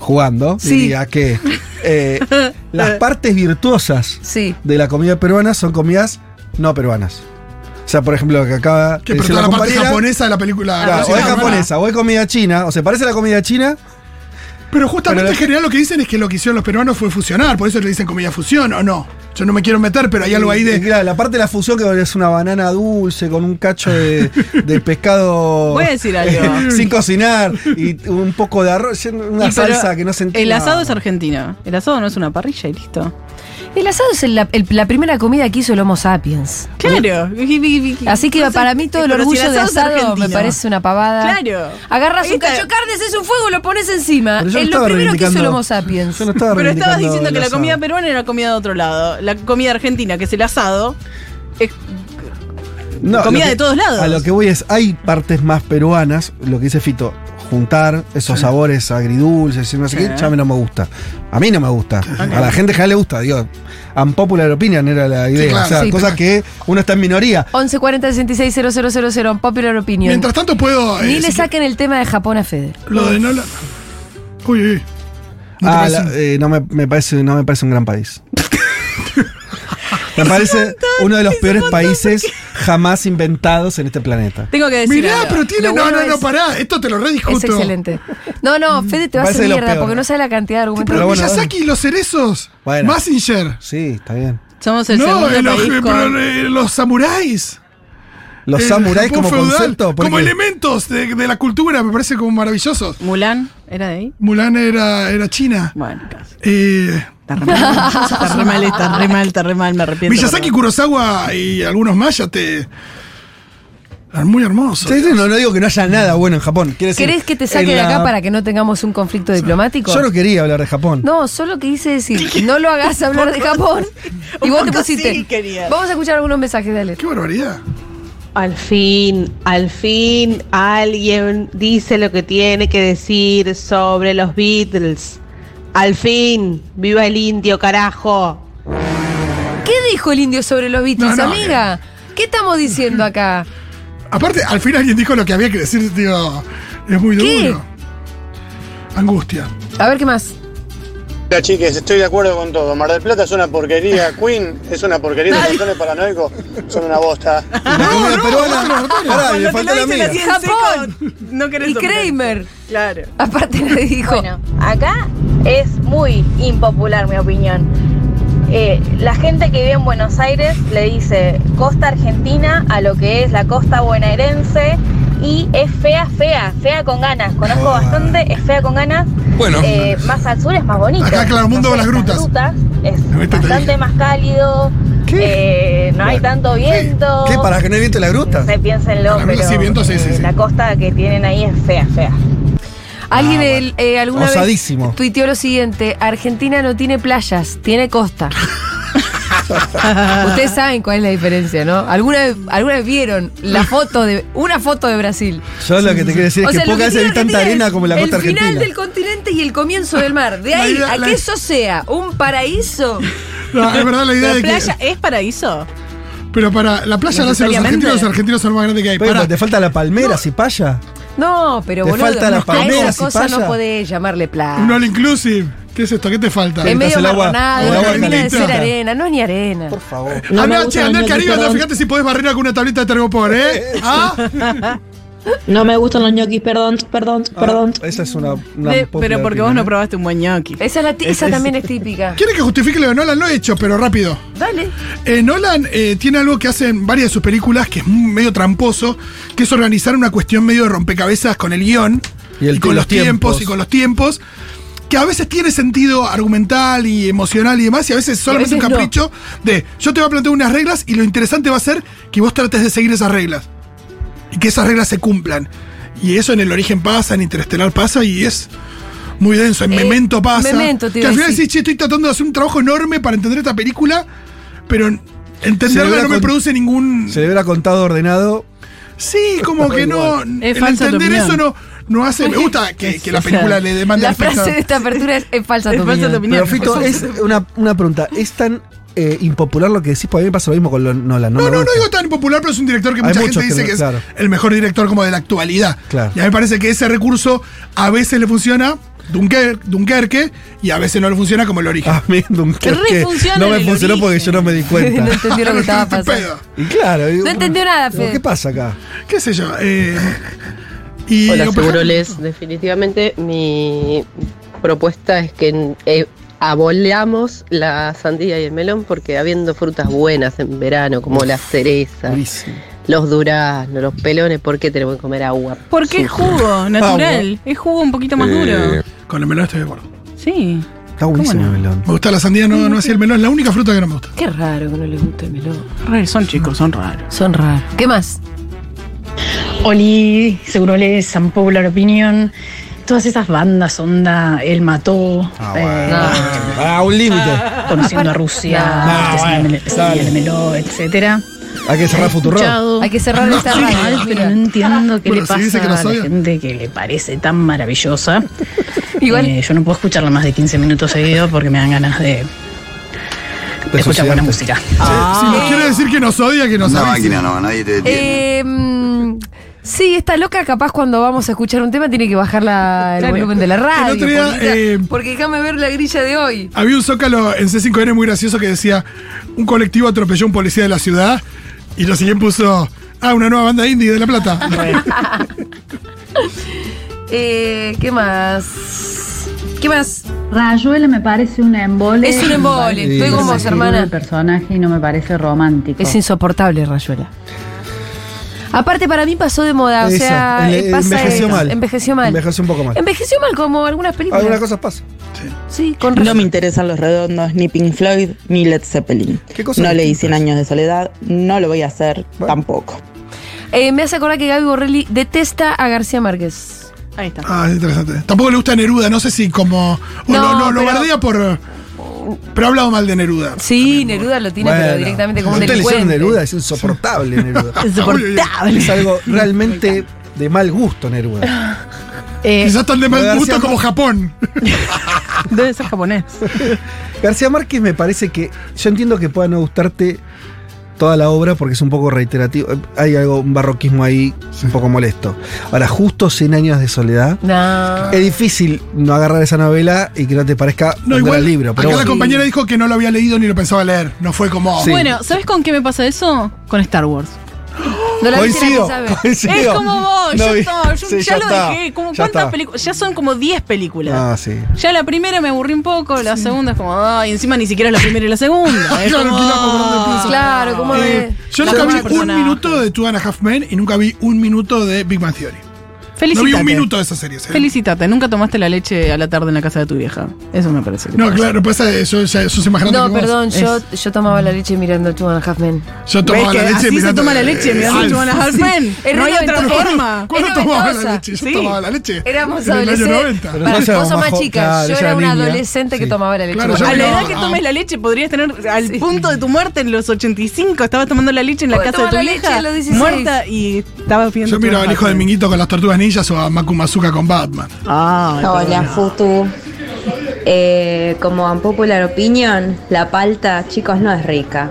Speaker 7: jugando,
Speaker 1: Sí.
Speaker 7: diría que eh, las partes virtuosas
Speaker 1: Sí.
Speaker 7: de la comida peruana son comidas no peruanas. O sea, por ejemplo, lo que acaba
Speaker 2: que
Speaker 7: de
Speaker 2: pero
Speaker 7: decir
Speaker 2: toda la parte
Speaker 7: compañera,
Speaker 2: japonesa de la película.
Speaker 7: claro,
Speaker 2: no sé,
Speaker 7: o es
Speaker 2: la verdad.
Speaker 7: japonesa, o es comida china, o se parece a la comida china.
Speaker 2: Pero justamente
Speaker 7: Pero la-
Speaker 2: en general lo que dicen es que lo que hicieron los peruanos fue fusionar, por eso le dicen comida fusión o no. Yo no me quiero meter, pero hay algo ahí
Speaker 7: Y
Speaker 2: de.
Speaker 7: claro, la parte de la fusión que es una banana dulce con un cacho de, de pescado
Speaker 4: Voy a decir algo.
Speaker 7: sin cocinar y un poco de arroz, una
Speaker 4: Y pero
Speaker 7: salsa que no se entiende.
Speaker 4: El asado
Speaker 7: No.
Speaker 4: es argentino. El asado no es una parrilla y listo.
Speaker 1: El asado es el- la, el- la primera comida que hizo el Homo sapiens.
Speaker 4: Claro.
Speaker 1: Así que para mí todo el
Speaker 4: eh, Pero si
Speaker 1: orgullo de
Speaker 4: es
Speaker 1: asado me
Speaker 4: argentino.
Speaker 1: parece una pavada.
Speaker 4: Claro.
Speaker 1: Agarras un
Speaker 4: Esta-
Speaker 1: cacho de carne, haces un fuego y lo pones encima.
Speaker 7: Pero yo no
Speaker 1: Es lo
Speaker 7: estaba
Speaker 1: primero que hizo el
Speaker 7: reivindicando-
Speaker 1: Homo sapiens.
Speaker 7: Yo no estaba
Speaker 4: Pero estabas
Speaker 7: reivindicando
Speaker 4: diciendo
Speaker 7: el
Speaker 4: que la
Speaker 7: asado.
Speaker 4: comida peruana era comida de otro lado. La comida argentina, que es el asado, es
Speaker 7: No,
Speaker 4: comida
Speaker 7: lo que-
Speaker 4: de todos lados.
Speaker 7: A lo que voy es, hay partes más peruanas, lo que dice Fito, juntar esos sabores agridulces y no sé
Speaker 4: Sí.
Speaker 7: qué, ya a mí no me gusta. A mí no me gusta.
Speaker 2: Ah,
Speaker 7: A la gente en general le gusta, digo, unpopular opinion era la idea.
Speaker 2: claro.
Speaker 7: o sea,
Speaker 1: Sí,
Speaker 7: cosas
Speaker 2: pero-
Speaker 7: que uno está en minoría.
Speaker 1: 1140 66 000, popular opinion.
Speaker 2: Mientras tanto puedo. eh,
Speaker 1: Ni le
Speaker 2: si-
Speaker 1: saquen el tema de Japón a Feder.
Speaker 2: Lo de Nolan. Uy, uy. ¿No te
Speaker 7: Ah,
Speaker 2: parece?
Speaker 7: la- eh, no, me, me parece, no me parece un gran país. me parece uno de los peores países jamás inventados en este planeta.
Speaker 4: Tengo que decir.
Speaker 2: Mirá,
Speaker 4: algo.
Speaker 2: pero tiene.
Speaker 1: Lo
Speaker 2: no,
Speaker 1: bueno
Speaker 2: no, no,
Speaker 1: es-
Speaker 2: pará. Esto te lo rediscuto.
Speaker 1: Es excelente. No, no, Fede te va a
Speaker 7: Mm, Parece
Speaker 1: hacer
Speaker 7: lo
Speaker 1: mierda
Speaker 7: peor.
Speaker 1: porque no sabe la cantidad de argumentos.
Speaker 2: Pero
Speaker 7: Pero bueno,
Speaker 2: Miyazaki y los cerezos.
Speaker 7: Bueno.
Speaker 2: Massinger.
Speaker 7: Sí, está bien.
Speaker 4: Somos el
Speaker 2: no,
Speaker 4: segundo
Speaker 2: eh, los,
Speaker 4: país
Speaker 2: eh,
Speaker 4: con-
Speaker 2: pero, eh, los samuráis.
Speaker 7: Los
Speaker 2: El
Speaker 7: samuráis
Speaker 2: Eh, Japón
Speaker 7: como
Speaker 2: feudal,
Speaker 7: concepto. ¿por
Speaker 2: Como
Speaker 7: qué?
Speaker 2: elementos de, de la cultura, me parece como maravillosos.
Speaker 4: Mulan, ¿era de ahí?
Speaker 2: Mulan era, era china.
Speaker 4: Bueno, casi.
Speaker 2: Eh,
Speaker 4: Está re mal, está re mal, está re mal, está re mal, me arrepiento.
Speaker 2: Miyazaki,
Speaker 4: perdón.
Speaker 2: Kurosawa y algunos más ya te. Muy hermoso.
Speaker 7: Sí, sí, no, no digo que no haya nada bueno en Japón. Quiero decir,
Speaker 1: ¿Querés que te
Speaker 7: en
Speaker 1: saque de
Speaker 7: la-
Speaker 1: acá para que no tengamos un conflicto diplomático?
Speaker 7: Yo no quería hablar de Japón.
Speaker 1: No, solo que hice decir, no lo hagas hablar de Japón. Y
Speaker 4: Un
Speaker 1: vos te
Speaker 4: poco
Speaker 1: pusiste.
Speaker 4: sí quería.
Speaker 1: Vamos a escuchar algunos mensajes, dale.
Speaker 2: Qué barbaridad.
Speaker 8: Al fin, al fin, alguien dice lo que tiene que decir sobre los Beatles. Al fin, viva el indio, carajo.
Speaker 1: ¿Qué dijo el indio sobre los Beatles,
Speaker 2: No, no,
Speaker 1: amiga? ¿Qué estamos diciendo acá?
Speaker 2: Aparte, al final alguien dijo lo que había que decir, digo, es muy
Speaker 1: ¿Qué?
Speaker 2: duro. Angustia.
Speaker 1: A ver qué más.
Speaker 9: Hola chiques, estoy de acuerdo con todo. Mar del Plata es una porquería, Queen es una porquería, los ratones paranoicos son una bosta.
Speaker 7: la comida peruana. pará,
Speaker 4: Cuando
Speaker 7: le
Speaker 4: te
Speaker 7: falta
Speaker 4: lo
Speaker 7: la
Speaker 4: dicen
Speaker 7: mía.
Speaker 4: así en
Speaker 1: Japón.
Speaker 4: seco, no querés
Speaker 1: Y
Speaker 4: soportar.
Speaker 1: Kramer.
Speaker 4: Claro.
Speaker 1: Aparte le dijo.
Speaker 10: Bueno, acá es muy impopular mi opinión. Eh, la gente que vive en Buenos Aires le dice costa argentina a lo que es la costa bonaerense y es fea, fea, fea con ganas. Conozco
Speaker 7: Ah.
Speaker 10: bastante, es fea con ganas.
Speaker 7: Bueno.
Speaker 10: Eh, más al sur es más bonito.
Speaker 2: Acá, claro, mundo de las grutas.
Speaker 10: grutas
Speaker 2: A ver,
Speaker 10: es
Speaker 2: te lo
Speaker 10: bastante
Speaker 2: dije.
Speaker 10: más cálido. eh, no hay tanto viento.
Speaker 7: ¿Qué? ¿Para que no hay viento en la gruta?
Speaker 10: No sé, piénsenlo,
Speaker 2: Para mí
Speaker 10: pero
Speaker 2: sí, viento, sí, sí,
Speaker 10: eh,
Speaker 2: sí.
Speaker 10: la costa que tienen ahí es fea, fea.
Speaker 1: Alguien el- eh, alguna
Speaker 7: Ah, Osadísimo.
Speaker 1: vez tuiteó lo siguiente: Argentina no tiene playas, tiene costa. Ustedes saben cuál es la diferencia, ¿no? ¿Alguna vez, alguna vez vieron la foto de una foto de Brasil?
Speaker 7: Yo lo que te quiero decir es que
Speaker 1: lo
Speaker 7: pocas veces
Speaker 1: tiene
Speaker 7: vi tanta
Speaker 1: Argentina
Speaker 7: arena
Speaker 1: es
Speaker 7: como en la costa
Speaker 1: El final
Speaker 7: argentina.
Speaker 1: del continente y el comienzo del mar. De
Speaker 2: La
Speaker 1: ahí
Speaker 2: idea-
Speaker 1: a
Speaker 2: la-
Speaker 1: que eso sea un paraíso.
Speaker 2: No, es verdad la idea
Speaker 4: ¿La
Speaker 2: de que.
Speaker 4: playa es paraíso?
Speaker 2: Pero para la playa la hacen los
Speaker 4: Necesariamente.
Speaker 2: argentinos, los argentinos son lo más grandes que hay.
Speaker 7: Pero,
Speaker 2: Pará.
Speaker 7: ¿Te falta la palmera, si paya?
Speaker 1: No, pero
Speaker 7: Te
Speaker 1: boludo,
Speaker 7: falta la
Speaker 1: a
Speaker 7: palmera,
Speaker 1: esa
Speaker 7: si
Speaker 1: cosa no
Speaker 7: pasa.
Speaker 1: podés llamarle
Speaker 2: un
Speaker 1: playa.
Speaker 2: all inclusive. ¿Qué es esto? ¿Qué te falta?
Speaker 1: Es medio
Speaker 7: el agua-
Speaker 1: marronado,
Speaker 2: el
Speaker 1: no
Speaker 2: agua
Speaker 1: termina de ser
Speaker 2: calentita.
Speaker 1: arena, no es ni arena.
Speaker 7: Por favor.
Speaker 2: Andá, che, andá al Caribe, andá, fíjate si podés barrer alguna tablita de tergopor, ¿eh? ¿Ah?
Speaker 6: No me gustan los ñoquis, perdón, perdón, perdón.
Speaker 7: Ah, esa es una. una
Speaker 4: De-
Speaker 7: popular
Speaker 4: pero porque vos no
Speaker 7: opinión,
Speaker 4: probaste un buen ñoqui.
Speaker 1: Esa, es la ti- esa también es típica.
Speaker 2: ¿Quiere que justifique lo de Nolan? Lo he hecho, pero rápido.
Speaker 1: Dale.
Speaker 2: Eh, Nolan eh, tiene algo que hace en varias de sus películas que es medio tramposo, que es organizar una cuestión medio de rompecabezas con el guión
Speaker 7: Y el-
Speaker 2: con
Speaker 7: y
Speaker 2: los
Speaker 7: los
Speaker 2: tiempos.
Speaker 7: tiempos.
Speaker 2: y con los tiempos, que a veces tiene sentido argumental y emocional y demás, y a veces solamente
Speaker 1: veces
Speaker 2: un
Speaker 1: no.
Speaker 2: capricho de yo te voy a plantear unas reglas y lo interesante va a ser que vos trates de seguir esas reglas y que esas reglas se cumplan. Y eso en el origen pasa, en Interestelar pasa y es muy denso. En
Speaker 1: Eh,
Speaker 2: Memento pasa.
Speaker 1: Memento, te
Speaker 2: que
Speaker 1: iba
Speaker 2: al
Speaker 1: a
Speaker 2: final
Speaker 1: decir.
Speaker 2: decís, che, estoy tratando de hacer un trabajo enorme para entender esta película, pero en- entenderla
Speaker 7: hubiera
Speaker 2: no me
Speaker 7: con-
Speaker 2: produce ningún.
Speaker 7: ¿eh? Se le hubiera contado ordenado.
Speaker 2: Sí, como que no. el
Speaker 4: Es falsa tu
Speaker 2: entender
Speaker 4: opinión.
Speaker 2: eso no, no hace. Me gusta que, que la
Speaker 4: O sea,
Speaker 2: película le demande
Speaker 1: La
Speaker 2: al espectador.
Speaker 1: frase de esta apertura es, es falsa
Speaker 4: Es
Speaker 1: tu
Speaker 4: falsa tu
Speaker 1: opinión.
Speaker 4: opinión.
Speaker 7: Pero Fito, es una, una pregunta. ¿Es tan eh, impopular lo que decís? Porque a mí me pasa lo mismo con lo- Nolan. No,
Speaker 2: No, no,
Speaker 7: me
Speaker 2: no
Speaker 7: gusta.
Speaker 2: digo tan popular, pero es un director que
Speaker 7: Hay
Speaker 2: mucha gente
Speaker 7: muchos que
Speaker 2: dice que,
Speaker 7: no,
Speaker 2: es
Speaker 7: claro.
Speaker 2: el mejor director como de la actualidad.
Speaker 7: Claro.
Speaker 2: Y a mí me parece que ese recurso a veces le funciona Dunker- Dunkerque y a veces no le funciona como el origen.
Speaker 7: A mí nunca.
Speaker 4: Re
Speaker 7: que
Speaker 4: funciona
Speaker 7: no me
Speaker 4: en el
Speaker 7: funcionó porque
Speaker 4: origen.
Speaker 7: yo no me di cuenta.
Speaker 1: No entendió lo que estaba
Speaker 2: Este
Speaker 1: pasando.
Speaker 2: pedo.
Speaker 7: y claro. digo,
Speaker 1: entendió nada,
Speaker 7: digo,
Speaker 1: Fede.
Speaker 7: ¿Qué pasa acá?
Speaker 2: ¿Qué sé yo? eh, y
Speaker 8: Hola,
Speaker 2: digo, pero-
Speaker 8: seguroles. Definitivamente mi propuesta es que eh, abolamos la sandía y el melón porque habiendo frutas buenas en verano como las cerezas,
Speaker 7: Durísimo.
Speaker 8: los duraznos, los pelones, ¿por qué tenemos que comer agua?
Speaker 4: Porque es
Speaker 7: Ah,
Speaker 4: jugo natural. Es jugo un poquito más duro.
Speaker 2: Con el melón estoy de acuerdo.
Speaker 4: Sí.
Speaker 7: Está buenísimo
Speaker 4: no?
Speaker 7: el melón.
Speaker 2: Me gusta la sandía, no, no así el melón, es la única fruta que no me gusta.
Speaker 1: Qué raro que no le guste el melón.
Speaker 4: Raros Son chicos, son raros.
Speaker 1: Son raros. ¿Qué más?
Speaker 6: Oli, seguro lees San Popular Opinion. Todas esas bandas, onda, él mató,
Speaker 1: Ah,
Speaker 6: eh,
Speaker 7: Ah, un límite. A
Speaker 6: conociendo a Rusia,
Speaker 7: Ah,
Speaker 6: este
Speaker 7: bueno,
Speaker 6: se me- se me meló, etcétera.
Speaker 7: Hay que cerrar Futurro.
Speaker 6: Escuchado
Speaker 1: Hay que cerrar esta
Speaker 6: mal,
Speaker 1: radio,
Speaker 6: pero
Speaker 1: amiga.
Speaker 6: no entiendo qué
Speaker 2: Bueno,
Speaker 6: le
Speaker 2: si
Speaker 6: pasa
Speaker 2: dice que
Speaker 6: a
Speaker 2: nos
Speaker 6: la
Speaker 2: odia.
Speaker 6: gente que le parece tan maravillosa.
Speaker 1: Igual-
Speaker 6: Eh, yo no puedo escucharla más de 15 minutos seguidos porque me dan ganas de, de escuchar buena música.
Speaker 1: Ah,
Speaker 2: Si nos quiere decir que nos odia, que nos avise.
Speaker 9: no, nadie te
Speaker 1: Eh, mm, sí, está loca. Capaz cuando vamos a escuchar un tema tiene que bajar la- el
Speaker 4: Claro.
Speaker 1: volumen de la radio.
Speaker 2: otro día,
Speaker 1: porque,
Speaker 2: eh,
Speaker 1: porque déjame ver la grilla de hoy.
Speaker 2: Había un zócalo en C5N muy gracioso que decía: un colectivo atropelló a un policía de la ciudad y lo siguiente puso. Ah, una nueva banda indie de La Plata.
Speaker 1: Eh, ¿Qué más? ¿Qué más?
Speaker 6: Rayuela me parece un embole.
Speaker 1: Es un embole, estoy con vos, hermana.
Speaker 6: personaje y no me parece romántico.
Speaker 1: Es insoportable, Rayuela. Aparte, para mí pasó de moda. o
Speaker 7: Eso,
Speaker 1: sea,
Speaker 7: el-
Speaker 1: eh, pasa
Speaker 7: envejeció
Speaker 1: esto,
Speaker 7: mal.
Speaker 1: Envejeció mal.
Speaker 7: Envejeció un poco mal.
Speaker 1: Envejeció mal, como algunas películas.
Speaker 7: Algunas cosas pasan.
Speaker 1: Sí, con
Speaker 11: No
Speaker 1: razón.
Speaker 11: me interesan los redondos, ni Pink Floyd, ni Led Zeppelin.
Speaker 7: ¿Qué cosa
Speaker 11: no
Speaker 7: de
Speaker 11: leí
Speaker 7: Pink
Speaker 11: 100
Speaker 7: Floyd?
Speaker 11: años de soledad, no lo voy a hacer
Speaker 7: Bueno.
Speaker 11: tampoco.
Speaker 1: Eh, me hace acordar que Gaby Borrelli detesta a García Márquez.
Speaker 4: Ahí está.
Speaker 2: Ah, es interesante. Tampoco le gusta Neruda, no sé si como. o
Speaker 1: No,
Speaker 2: lo, lo, lo
Speaker 1: pero-
Speaker 2: bardea por. Pero ha hablado mal de Neruda.
Speaker 1: Sí, Neruda lo tiene, pero
Speaker 7: Bueno,
Speaker 1: directamente como un
Speaker 7: ustedes
Speaker 1: delincuente.
Speaker 7: leyeron Neruda, es insoportable Neruda.
Speaker 4: Insoportable.
Speaker 7: es algo realmente de mal gusto Neruda.
Speaker 4: Eh,
Speaker 2: Quizás tan de
Speaker 7: Lo de
Speaker 2: mal
Speaker 7: García
Speaker 2: gusto como Japón.
Speaker 4: debe ser japonés.
Speaker 7: García Márquez me parece que yo entiendo que pueda no gustarte toda la obra porque es un poco reiterativo, Eh, hay algo un barroquismo ahí un poco molesto. Ahora justo 100 años de soledad
Speaker 1: No.
Speaker 7: es difícil no agarrar esa novela y que no te parezca
Speaker 2: No,
Speaker 7: un
Speaker 2: igual.
Speaker 7: gran libro, pero
Speaker 2: acá la
Speaker 7: bueno.
Speaker 2: compañera dijo que no lo había leído ni lo pensaba leer. No fue como.
Speaker 7: Sí.
Speaker 4: Bueno, ¿sabes con qué me pasa eso? Con Star Wars.
Speaker 1: No la viste,
Speaker 7: Coincido,
Speaker 1: nadie sabe.
Speaker 7: coincido.
Speaker 4: Es como vos,
Speaker 7: No
Speaker 4: yo,
Speaker 7: vi-
Speaker 4: estaba- yo
Speaker 7: Sí,
Speaker 4: ya, lo
Speaker 7: está,
Speaker 4: dejé. Como
Speaker 7: ya
Speaker 4: cuántas
Speaker 7: está.
Speaker 4: películas? Ya son como 10 películas.
Speaker 7: Ah, sí.
Speaker 4: Ya la primera me aburrí un poco, la segunda es como, ay, encima ni siquiera es la primera y la segunda. Es
Speaker 2: Claro,
Speaker 4: como,
Speaker 2: quilombo por donde empieza.
Speaker 1: Claro, ¿cómo
Speaker 2: Eh,
Speaker 1: ves?
Speaker 2: yo
Speaker 4: La
Speaker 2: nunca
Speaker 4: toma
Speaker 2: vi un
Speaker 4: de personajes.
Speaker 2: minuto de Two and a Half Men y nunca vi un minuto de Big Bang Theory. No vi
Speaker 4: Felicítate.
Speaker 2: un minuto de esa serie. ¿sí?
Speaker 4: Felicítate, nunca tomaste la leche a la tarde en la casa de tu vieja. Eso me parece. que
Speaker 2: No,
Speaker 4: pasa.
Speaker 2: claro, pasa eso, ya, sos más grande
Speaker 1: No,
Speaker 2: que vos.
Speaker 1: perdón,
Speaker 4: Es-
Speaker 1: yo, yo tomaba la leche mirando Two and a Half Men.
Speaker 2: Yo
Speaker 4: ¿Ves
Speaker 2: tomaba
Speaker 4: que
Speaker 2: la leche
Speaker 4: así se
Speaker 2: mirando-
Speaker 4: toma la leche, me
Speaker 2: Alf.
Speaker 4: da a Harpen.
Speaker 1: Es
Speaker 4: No hay
Speaker 1: re
Speaker 4: otra
Speaker 1: noventosa.
Speaker 4: forma.
Speaker 2: ¿Cuándo
Speaker 1: Es
Speaker 2: tomaba la
Speaker 1: noventosa.
Speaker 2: leche? Yo
Speaker 4: Sí.
Speaker 2: tomaba la leche.
Speaker 1: Éramos
Speaker 2: en el año
Speaker 1: adolescentes.
Speaker 2: 90.
Speaker 7: Pero
Speaker 1: Pará,
Speaker 7: no se
Speaker 1: vos sos
Speaker 7: bajó,
Speaker 1: más chica.
Speaker 7: claro,
Speaker 1: yo
Speaker 7: ella
Speaker 1: era
Speaker 7: era
Speaker 1: una
Speaker 7: niña.
Speaker 1: adolescente que
Speaker 7: Sí.
Speaker 1: tomaba la leche.
Speaker 2: Claro,
Speaker 1: materna.
Speaker 4: A la
Speaker 2: no,
Speaker 4: edad que
Speaker 2: ah.
Speaker 4: tomes la leche podrías tener al punto de tu muerte en los 85, estabas tomando la
Speaker 2: Oh,
Speaker 4: leche en la
Speaker 1: Pude
Speaker 4: casa de tu
Speaker 1: tomar la leche
Speaker 4: vieja,
Speaker 1: a los 16.
Speaker 4: muerta y estabas viendo.
Speaker 2: Yo miraba al hijo de
Speaker 4: Harpen.
Speaker 2: Minguito con las tortugas ninjas o a Makumazuka con Batman.
Speaker 4: Ah,
Speaker 11: Hola, Futu. Eh, como un popular opinion, la palta, chicos, no es rica.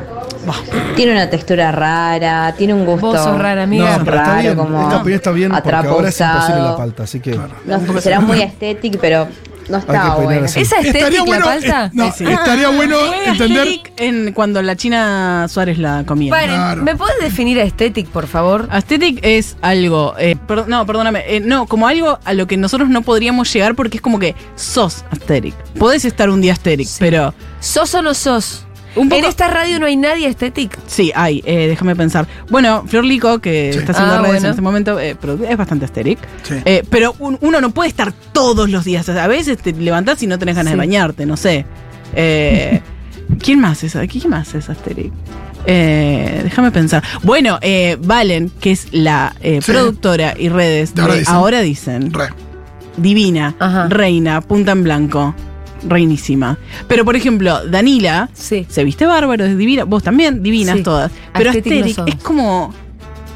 Speaker 11: Tiene una textura rara, tiene un gusto.
Speaker 1: Vos sos rara, amiga.
Speaker 11: No,
Speaker 7: pero está
Speaker 11: raro,
Speaker 7: bien,
Speaker 11: como
Speaker 7: esta opinión está bien porque ahora es
Speaker 11: atrapozado.
Speaker 7: imposible la falta, así que
Speaker 11: No sé, será muy estético, pero no
Speaker 7: Hay que
Speaker 11: está
Speaker 7: peinar
Speaker 11: bueno.
Speaker 7: así.
Speaker 1: ¿Esa estética
Speaker 2: bueno,
Speaker 1: falta?
Speaker 2: eh, no,
Speaker 4: Sí.
Speaker 2: estaría bueno
Speaker 4: Fue
Speaker 2: entender.
Speaker 4: aesthetic en cuando la China Suárez la comía.
Speaker 1: Paren,
Speaker 2: Claro.
Speaker 1: ¿me puedes definir aesthetic, por favor?
Speaker 4: Aesthetic es algo, eh, per- no, perdóname, eh, no, como algo a lo que nosotros no podríamos llegar porque es como que sos aesthetic. Podés estar un día aesthetic, pero
Speaker 1: ¿Sos o no sos?
Speaker 4: Un poco-
Speaker 1: En esta radio no hay nadie aesthetic.
Speaker 4: sí, hay, eh, déjame pensar. Bueno, Flor Lico, que
Speaker 2: Sí.
Speaker 4: está haciendo
Speaker 1: Ah,
Speaker 4: redes
Speaker 1: bueno.
Speaker 4: en este momento, eh, produ- es bastante aesthetic.
Speaker 2: Sí.
Speaker 4: Eh, pero un- uno no puede estar todos los días. O sea, a veces te levantás y no tenés ganas
Speaker 1: Sí.
Speaker 4: de bañarte, no sé. Eh, ¿Quién más es? ¿Quién más es Asterix? Eh, déjame pensar. Bueno, eh, Valen, que es la eh,
Speaker 2: Sí.
Speaker 4: productora y redes
Speaker 2: De
Speaker 4: de
Speaker 2: Ahora Dicen.
Speaker 4: Ahora Dicen,
Speaker 2: Re.
Speaker 4: Divina,
Speaker 1: Ajá.
Speaker 4: Reina, Punta en Blanco, Reinísima. Pero, por ejemplo, Danila
Speaker 1: Sí.
Speaker 4: se viste bárbaro, es divina, vos también, divinas
Speaker 1: Sí.
Speaker 4: todas. Pero
Speaker 1: Aesthetic no
Speaker 4: Asterix
Speaker 1: sos.
Speaker 4: es como.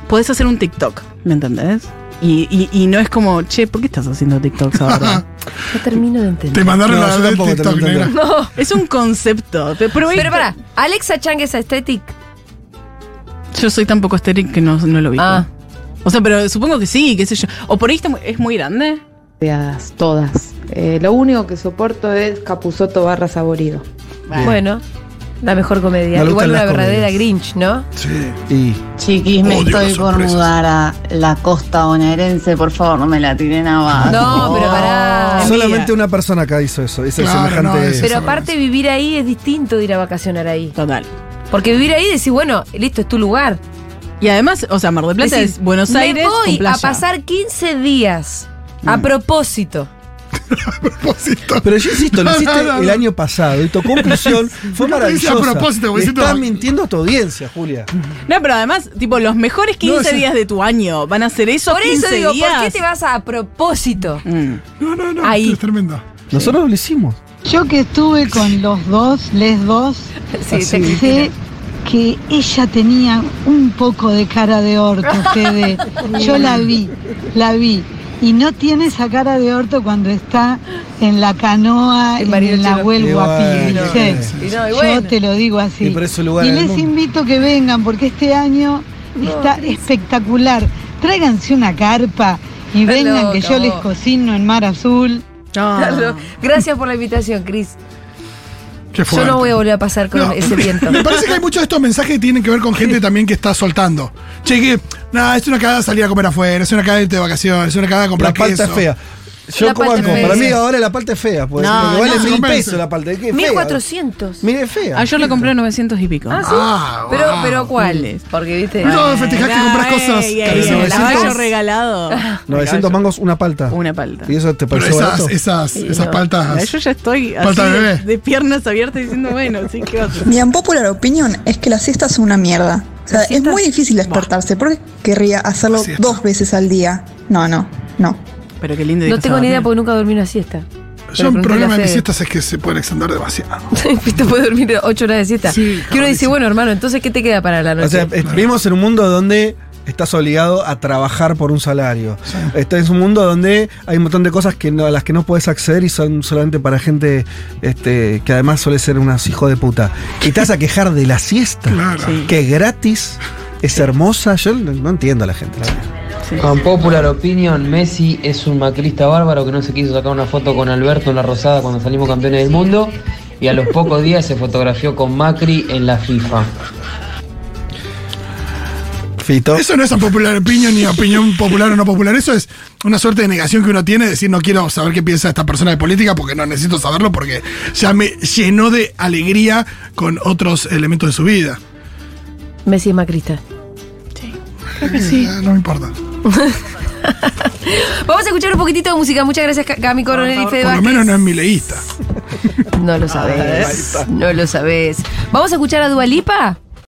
Speaker 4: Podés hacer un TikTok, ¿me entendés? Y, y- y no es como, che, ¿por qué estás haciendo TikToks ahora?
Speaker 1: No termino de
Speaker 2: Te
Speaker 1: entender.
Speaker 2: mandaron
Speaker 7: No,
Speaker 2: la
Speaker 7: yo
Speaker 2: de
Speaker 7: tampoco te
Speaker 2: TikTok,
Speaker 7: lo
Speaker 2: negra.
Speaker 7: entendí.
Speaker 1: No.
Speaker 4: es un concepto. Pero, pero
Speaker 1: Pero
Speaker 4: esto-
Speaker 1: pará, ¿Alexa Chang es aesthetic?
Speaker 4: Yo soy tan poco estéril que no, no lo vi.
Speaker 1: Ah.
Speaker 4: O sea, pero supongo que sí, qué sé yo. O por ahí está mu- es muy grande.
Speaker 12: Todas, todas. Eh, lo único que soporto es Capuzoto barra saborido.
Speaker 1: Bueno, la mejor comedia.
Speaker 7: Me gustan
Speaker 1: Igual una
Speaker 7: las
Speaker 1: verdadera
Speaker 7: comedias.
Speaker 1: Grinch, ¿no?
Speaker 2: Sí.
Speaker 7: y
Speaker 13: Chiquis,
Speaker 2: Odio
Speaker 13: me
Speaker 2: las
Speaker 13: estoy por
Speaker 2: sorpresas.
Speaker 13: mudar a la costa bonaerense, por favor, no me la tiren
Speaker 10: Ah,
Speaker 13: abajo.
Speaker 1: No, pero pará.
Speaker 4: Amiga.
Speaker 7: solamente una persona acá hizo eso, ese
Speaker 2: Claro,
Speaker 7: semejante
Speaker 2: no, es-
Speaker 1: Pero
Speaker 2: esa
Speaker 1: aparte vivir ahí es distinto de ir a vacacionar ahí.
Speaker 4: Total.
Speaker 1: Porque vivir ahí decís, bueno, listo, es tu lugar.
Speaker 4: Y además, o sea, Mar del Plata
Speaker 1: Decís,
Speaker 4: es Buenos Aires.
Speaker 1: Me
Speaker 4: con
Speaker 1: voy
Speaker 4: playa.
Speaker 1: a pasar 15 días a propósito.
Speaker 2: propósito.
Speaker 7: Pero yo insisto, lo hiciste
Speaker 2: No, no,
Speaker 7: el
Speaker 2: no.
Speaker 7: año pasado y tu conclusión fue
Speaker 2: No lo hice a
Speaker 7: maravillosa.
Speaker 2: propósito, porque
Speaker 7: Le
Speaker 2: siento-
Speaker 7: estás mintiendo a tu audiencia, Julia.
Speaker 4: No, pero además, tipo, los mejores 15
Speaker 2: sí.
Speaker 4: días de tu año van a ser esos
Speaker 1: Por
Speaker 4: 15
Speaker 1: eso digo,
Speaker 4: días.
Speaker 1: ¿por qué te vas a propósito?
Speaker 4: Mm.
Speaker 2: No, no, no.
Speaker 1: Ahí.
Speaker 2: Es tremendo.
Speaker 7: Nosotros lo hicimos.
Speaker 12: Yo que estuve con los dos, les dos,
Speaker 1: Sí,
Speaker 7: Así.
Speaker 1: te
Speaker 12: sé
Speaker 1: Cristina.
Speaker 12: que ella tenía un poco de cara de orto, Fede. Yo la vi, la vi. Y no tiene esa cara de orto cuando está en la canoa,
Speaker 1: En
Speaker 12: en, la
Speaker 1: Bariloche, no.
Speaker 7: Y
Speaker 12: huelga
Speaker 7: bueno,
Speaker 12: ¿viste?
Speaker 1: Y no, y
Speaker 12: Yo
Speaker 1: bueno.
Speaker 12: te lo digo así.
Speaker 7: Y por eso lugar
Speaker 12: Y
Speaker 7: en el
Speaker 12: les
Speaker 7: mundo.
Speaker 12: invito que vengan porque este año está espectacular. Tráiganse una carpa y
Speaker 1: Está
Speaker 12: vengan que
Speaker 1: loca
Speaker 12: yo les
Speaker 1: vos.
Speaker 12: cocino en Mar Azul.
Speaker 1: Ah.
Speaker 4: No.
Speaker 1: Gracias por la invitación, Cris.
Speaker 2: Qué
Speaker 1: Yo
Speaker 2: fuerte.
Speaker 1: no voy a volver a pasar con
Speaker 2: No.
Speaker 1: ese viento.
Speaker 2: Me parece que hay muchos de estos mensajes que tienen que ver con gente también que está soltando. Che, que, nada, es una cagada salir a comer afuera, es una cagada irte de vacaciones, es una cagada
Speaker 7: La
Speaker 2: comprar queso.
Speaker 7: palta es fea. Yo
Speaker 1: La
Speaker 7: como
Speaker 1: palta
Speaker 7: banco,
Speaker 1: es
Speaker 7: para
Speaker 1: fea.
Speaker 7: mí ahora la palta es fea, pues,
Speaker 4: No,
Speaker 7: porque vale
Speaker 2: no.
Speaker 7: mil
Speaker 2: Compensa.
Speaker 7: pesos la palta. ¿Qué es fea?
Speaker 1: 1400.
Speaker 7: Mira, es fea.
Speaker 4: Ayer Ah, lo compré en 900 y pico.
Speaker 1: Ah, sí.
Speaker 2: Ah,
Speaker 1: pero,
Speaker 2: wow.
Speaker 1: pero ¿cuál? Porque viste.
Speaker 2: No, festejás que compras cosas.
Speaker 4: Ey, ey,
Speaker 2: Pero
Speaker 4: ey, el
Speaker 2: novecientos-
Speaker 4: caballo regalado.
Speaker 7: 900 mangos, una palta.
Speaker 4: Una palta.
Speaker 7: ¿Y eso te
Speaker 2: Pero
Speaker 7: pareció
Speaker 2: esas,
Speaker 7: barato?
Speaker 2: esas,
Speaker 4: Sí,
Speaker 2: esas
Speaker 4: no.
Speaker 2: paltas.
Speaker 4: Yo ya estoy así
Speaker 2: Palta de
Speaker 4: de,
Speaker 2: bebé.
Speaker 4: de piernas abiertas diciendo, bueno, sí, ¿qué vas a hacer?
Speaker 11: Mi popular opinion es que la siesta es una mierda.
Speaker 14: O sea, es muy difícil despertarse. ¿Por qué querría hacerlo dos veces al día? No, no, no.
Speaker 4: Pero qué lindo.
Speaker 1: No tengo ni idea porque nunca dormí una siesta.
Speaker 2: Yo
Speaker 1: Pero
Speaker 2: un problema
Speaker 1: pregúntale
Speaker 2: de
Speaker 1: a
Speaker 2: mis
Speaker 1: Fede.
Speaker 2: siestas es que se pueden extender demasiado.
Speaker 1: Te puede dormir 8 horas de siesta.
Speaker 2: Sí,
Speaker 1: que uno dice, bueno, hermano, entonces, ¿qué te queda para la noche?
Speaker 7: O sea, vivimos en un mundo donde estás obligado a trabajar por un salario. Este es un mundo donde hay un montón de cosas que no- a las que no puedes acceder y son solamente para gente este, que además suele ser unos hijos de puta. Y te vas a quejar de la siesta, que es gratis, es hermosa. Yo no, no entiendo a la gente. la verdad.
Speaker 15: Con popular opinion, Messi es un macrista bárbaro que no se quiso sacar una foto con Alberto en la Rosada cuando salimos campeones del mundo y a los pocos días se fotografió con Macri en la FIFA.
Speaker 2: Eso no es popular opinión ni opinión popular o no popular. Eso es una suerte de negación que uno tiene, de decir no quiero saber qué piensa esta persona de política porque no necesito saberlo porque ya me llenó de alegría con otros elementos de su vida.
Speaker 1: Messi es macrista.
Speaker 2: Creo que sí. Ah, No me importa.
Speaker 1: Vamos a escuchar un poquitito de música. Muchas gracias, Ca- Cami Coronel y Fede
Speaker 2: Por lo
Speaker 1: Vázquez.
Speaker 2: menos no es mileísta.
Speaker 1: No lo sabes. No lo sabes. Vamos a escuchar a Dualipa.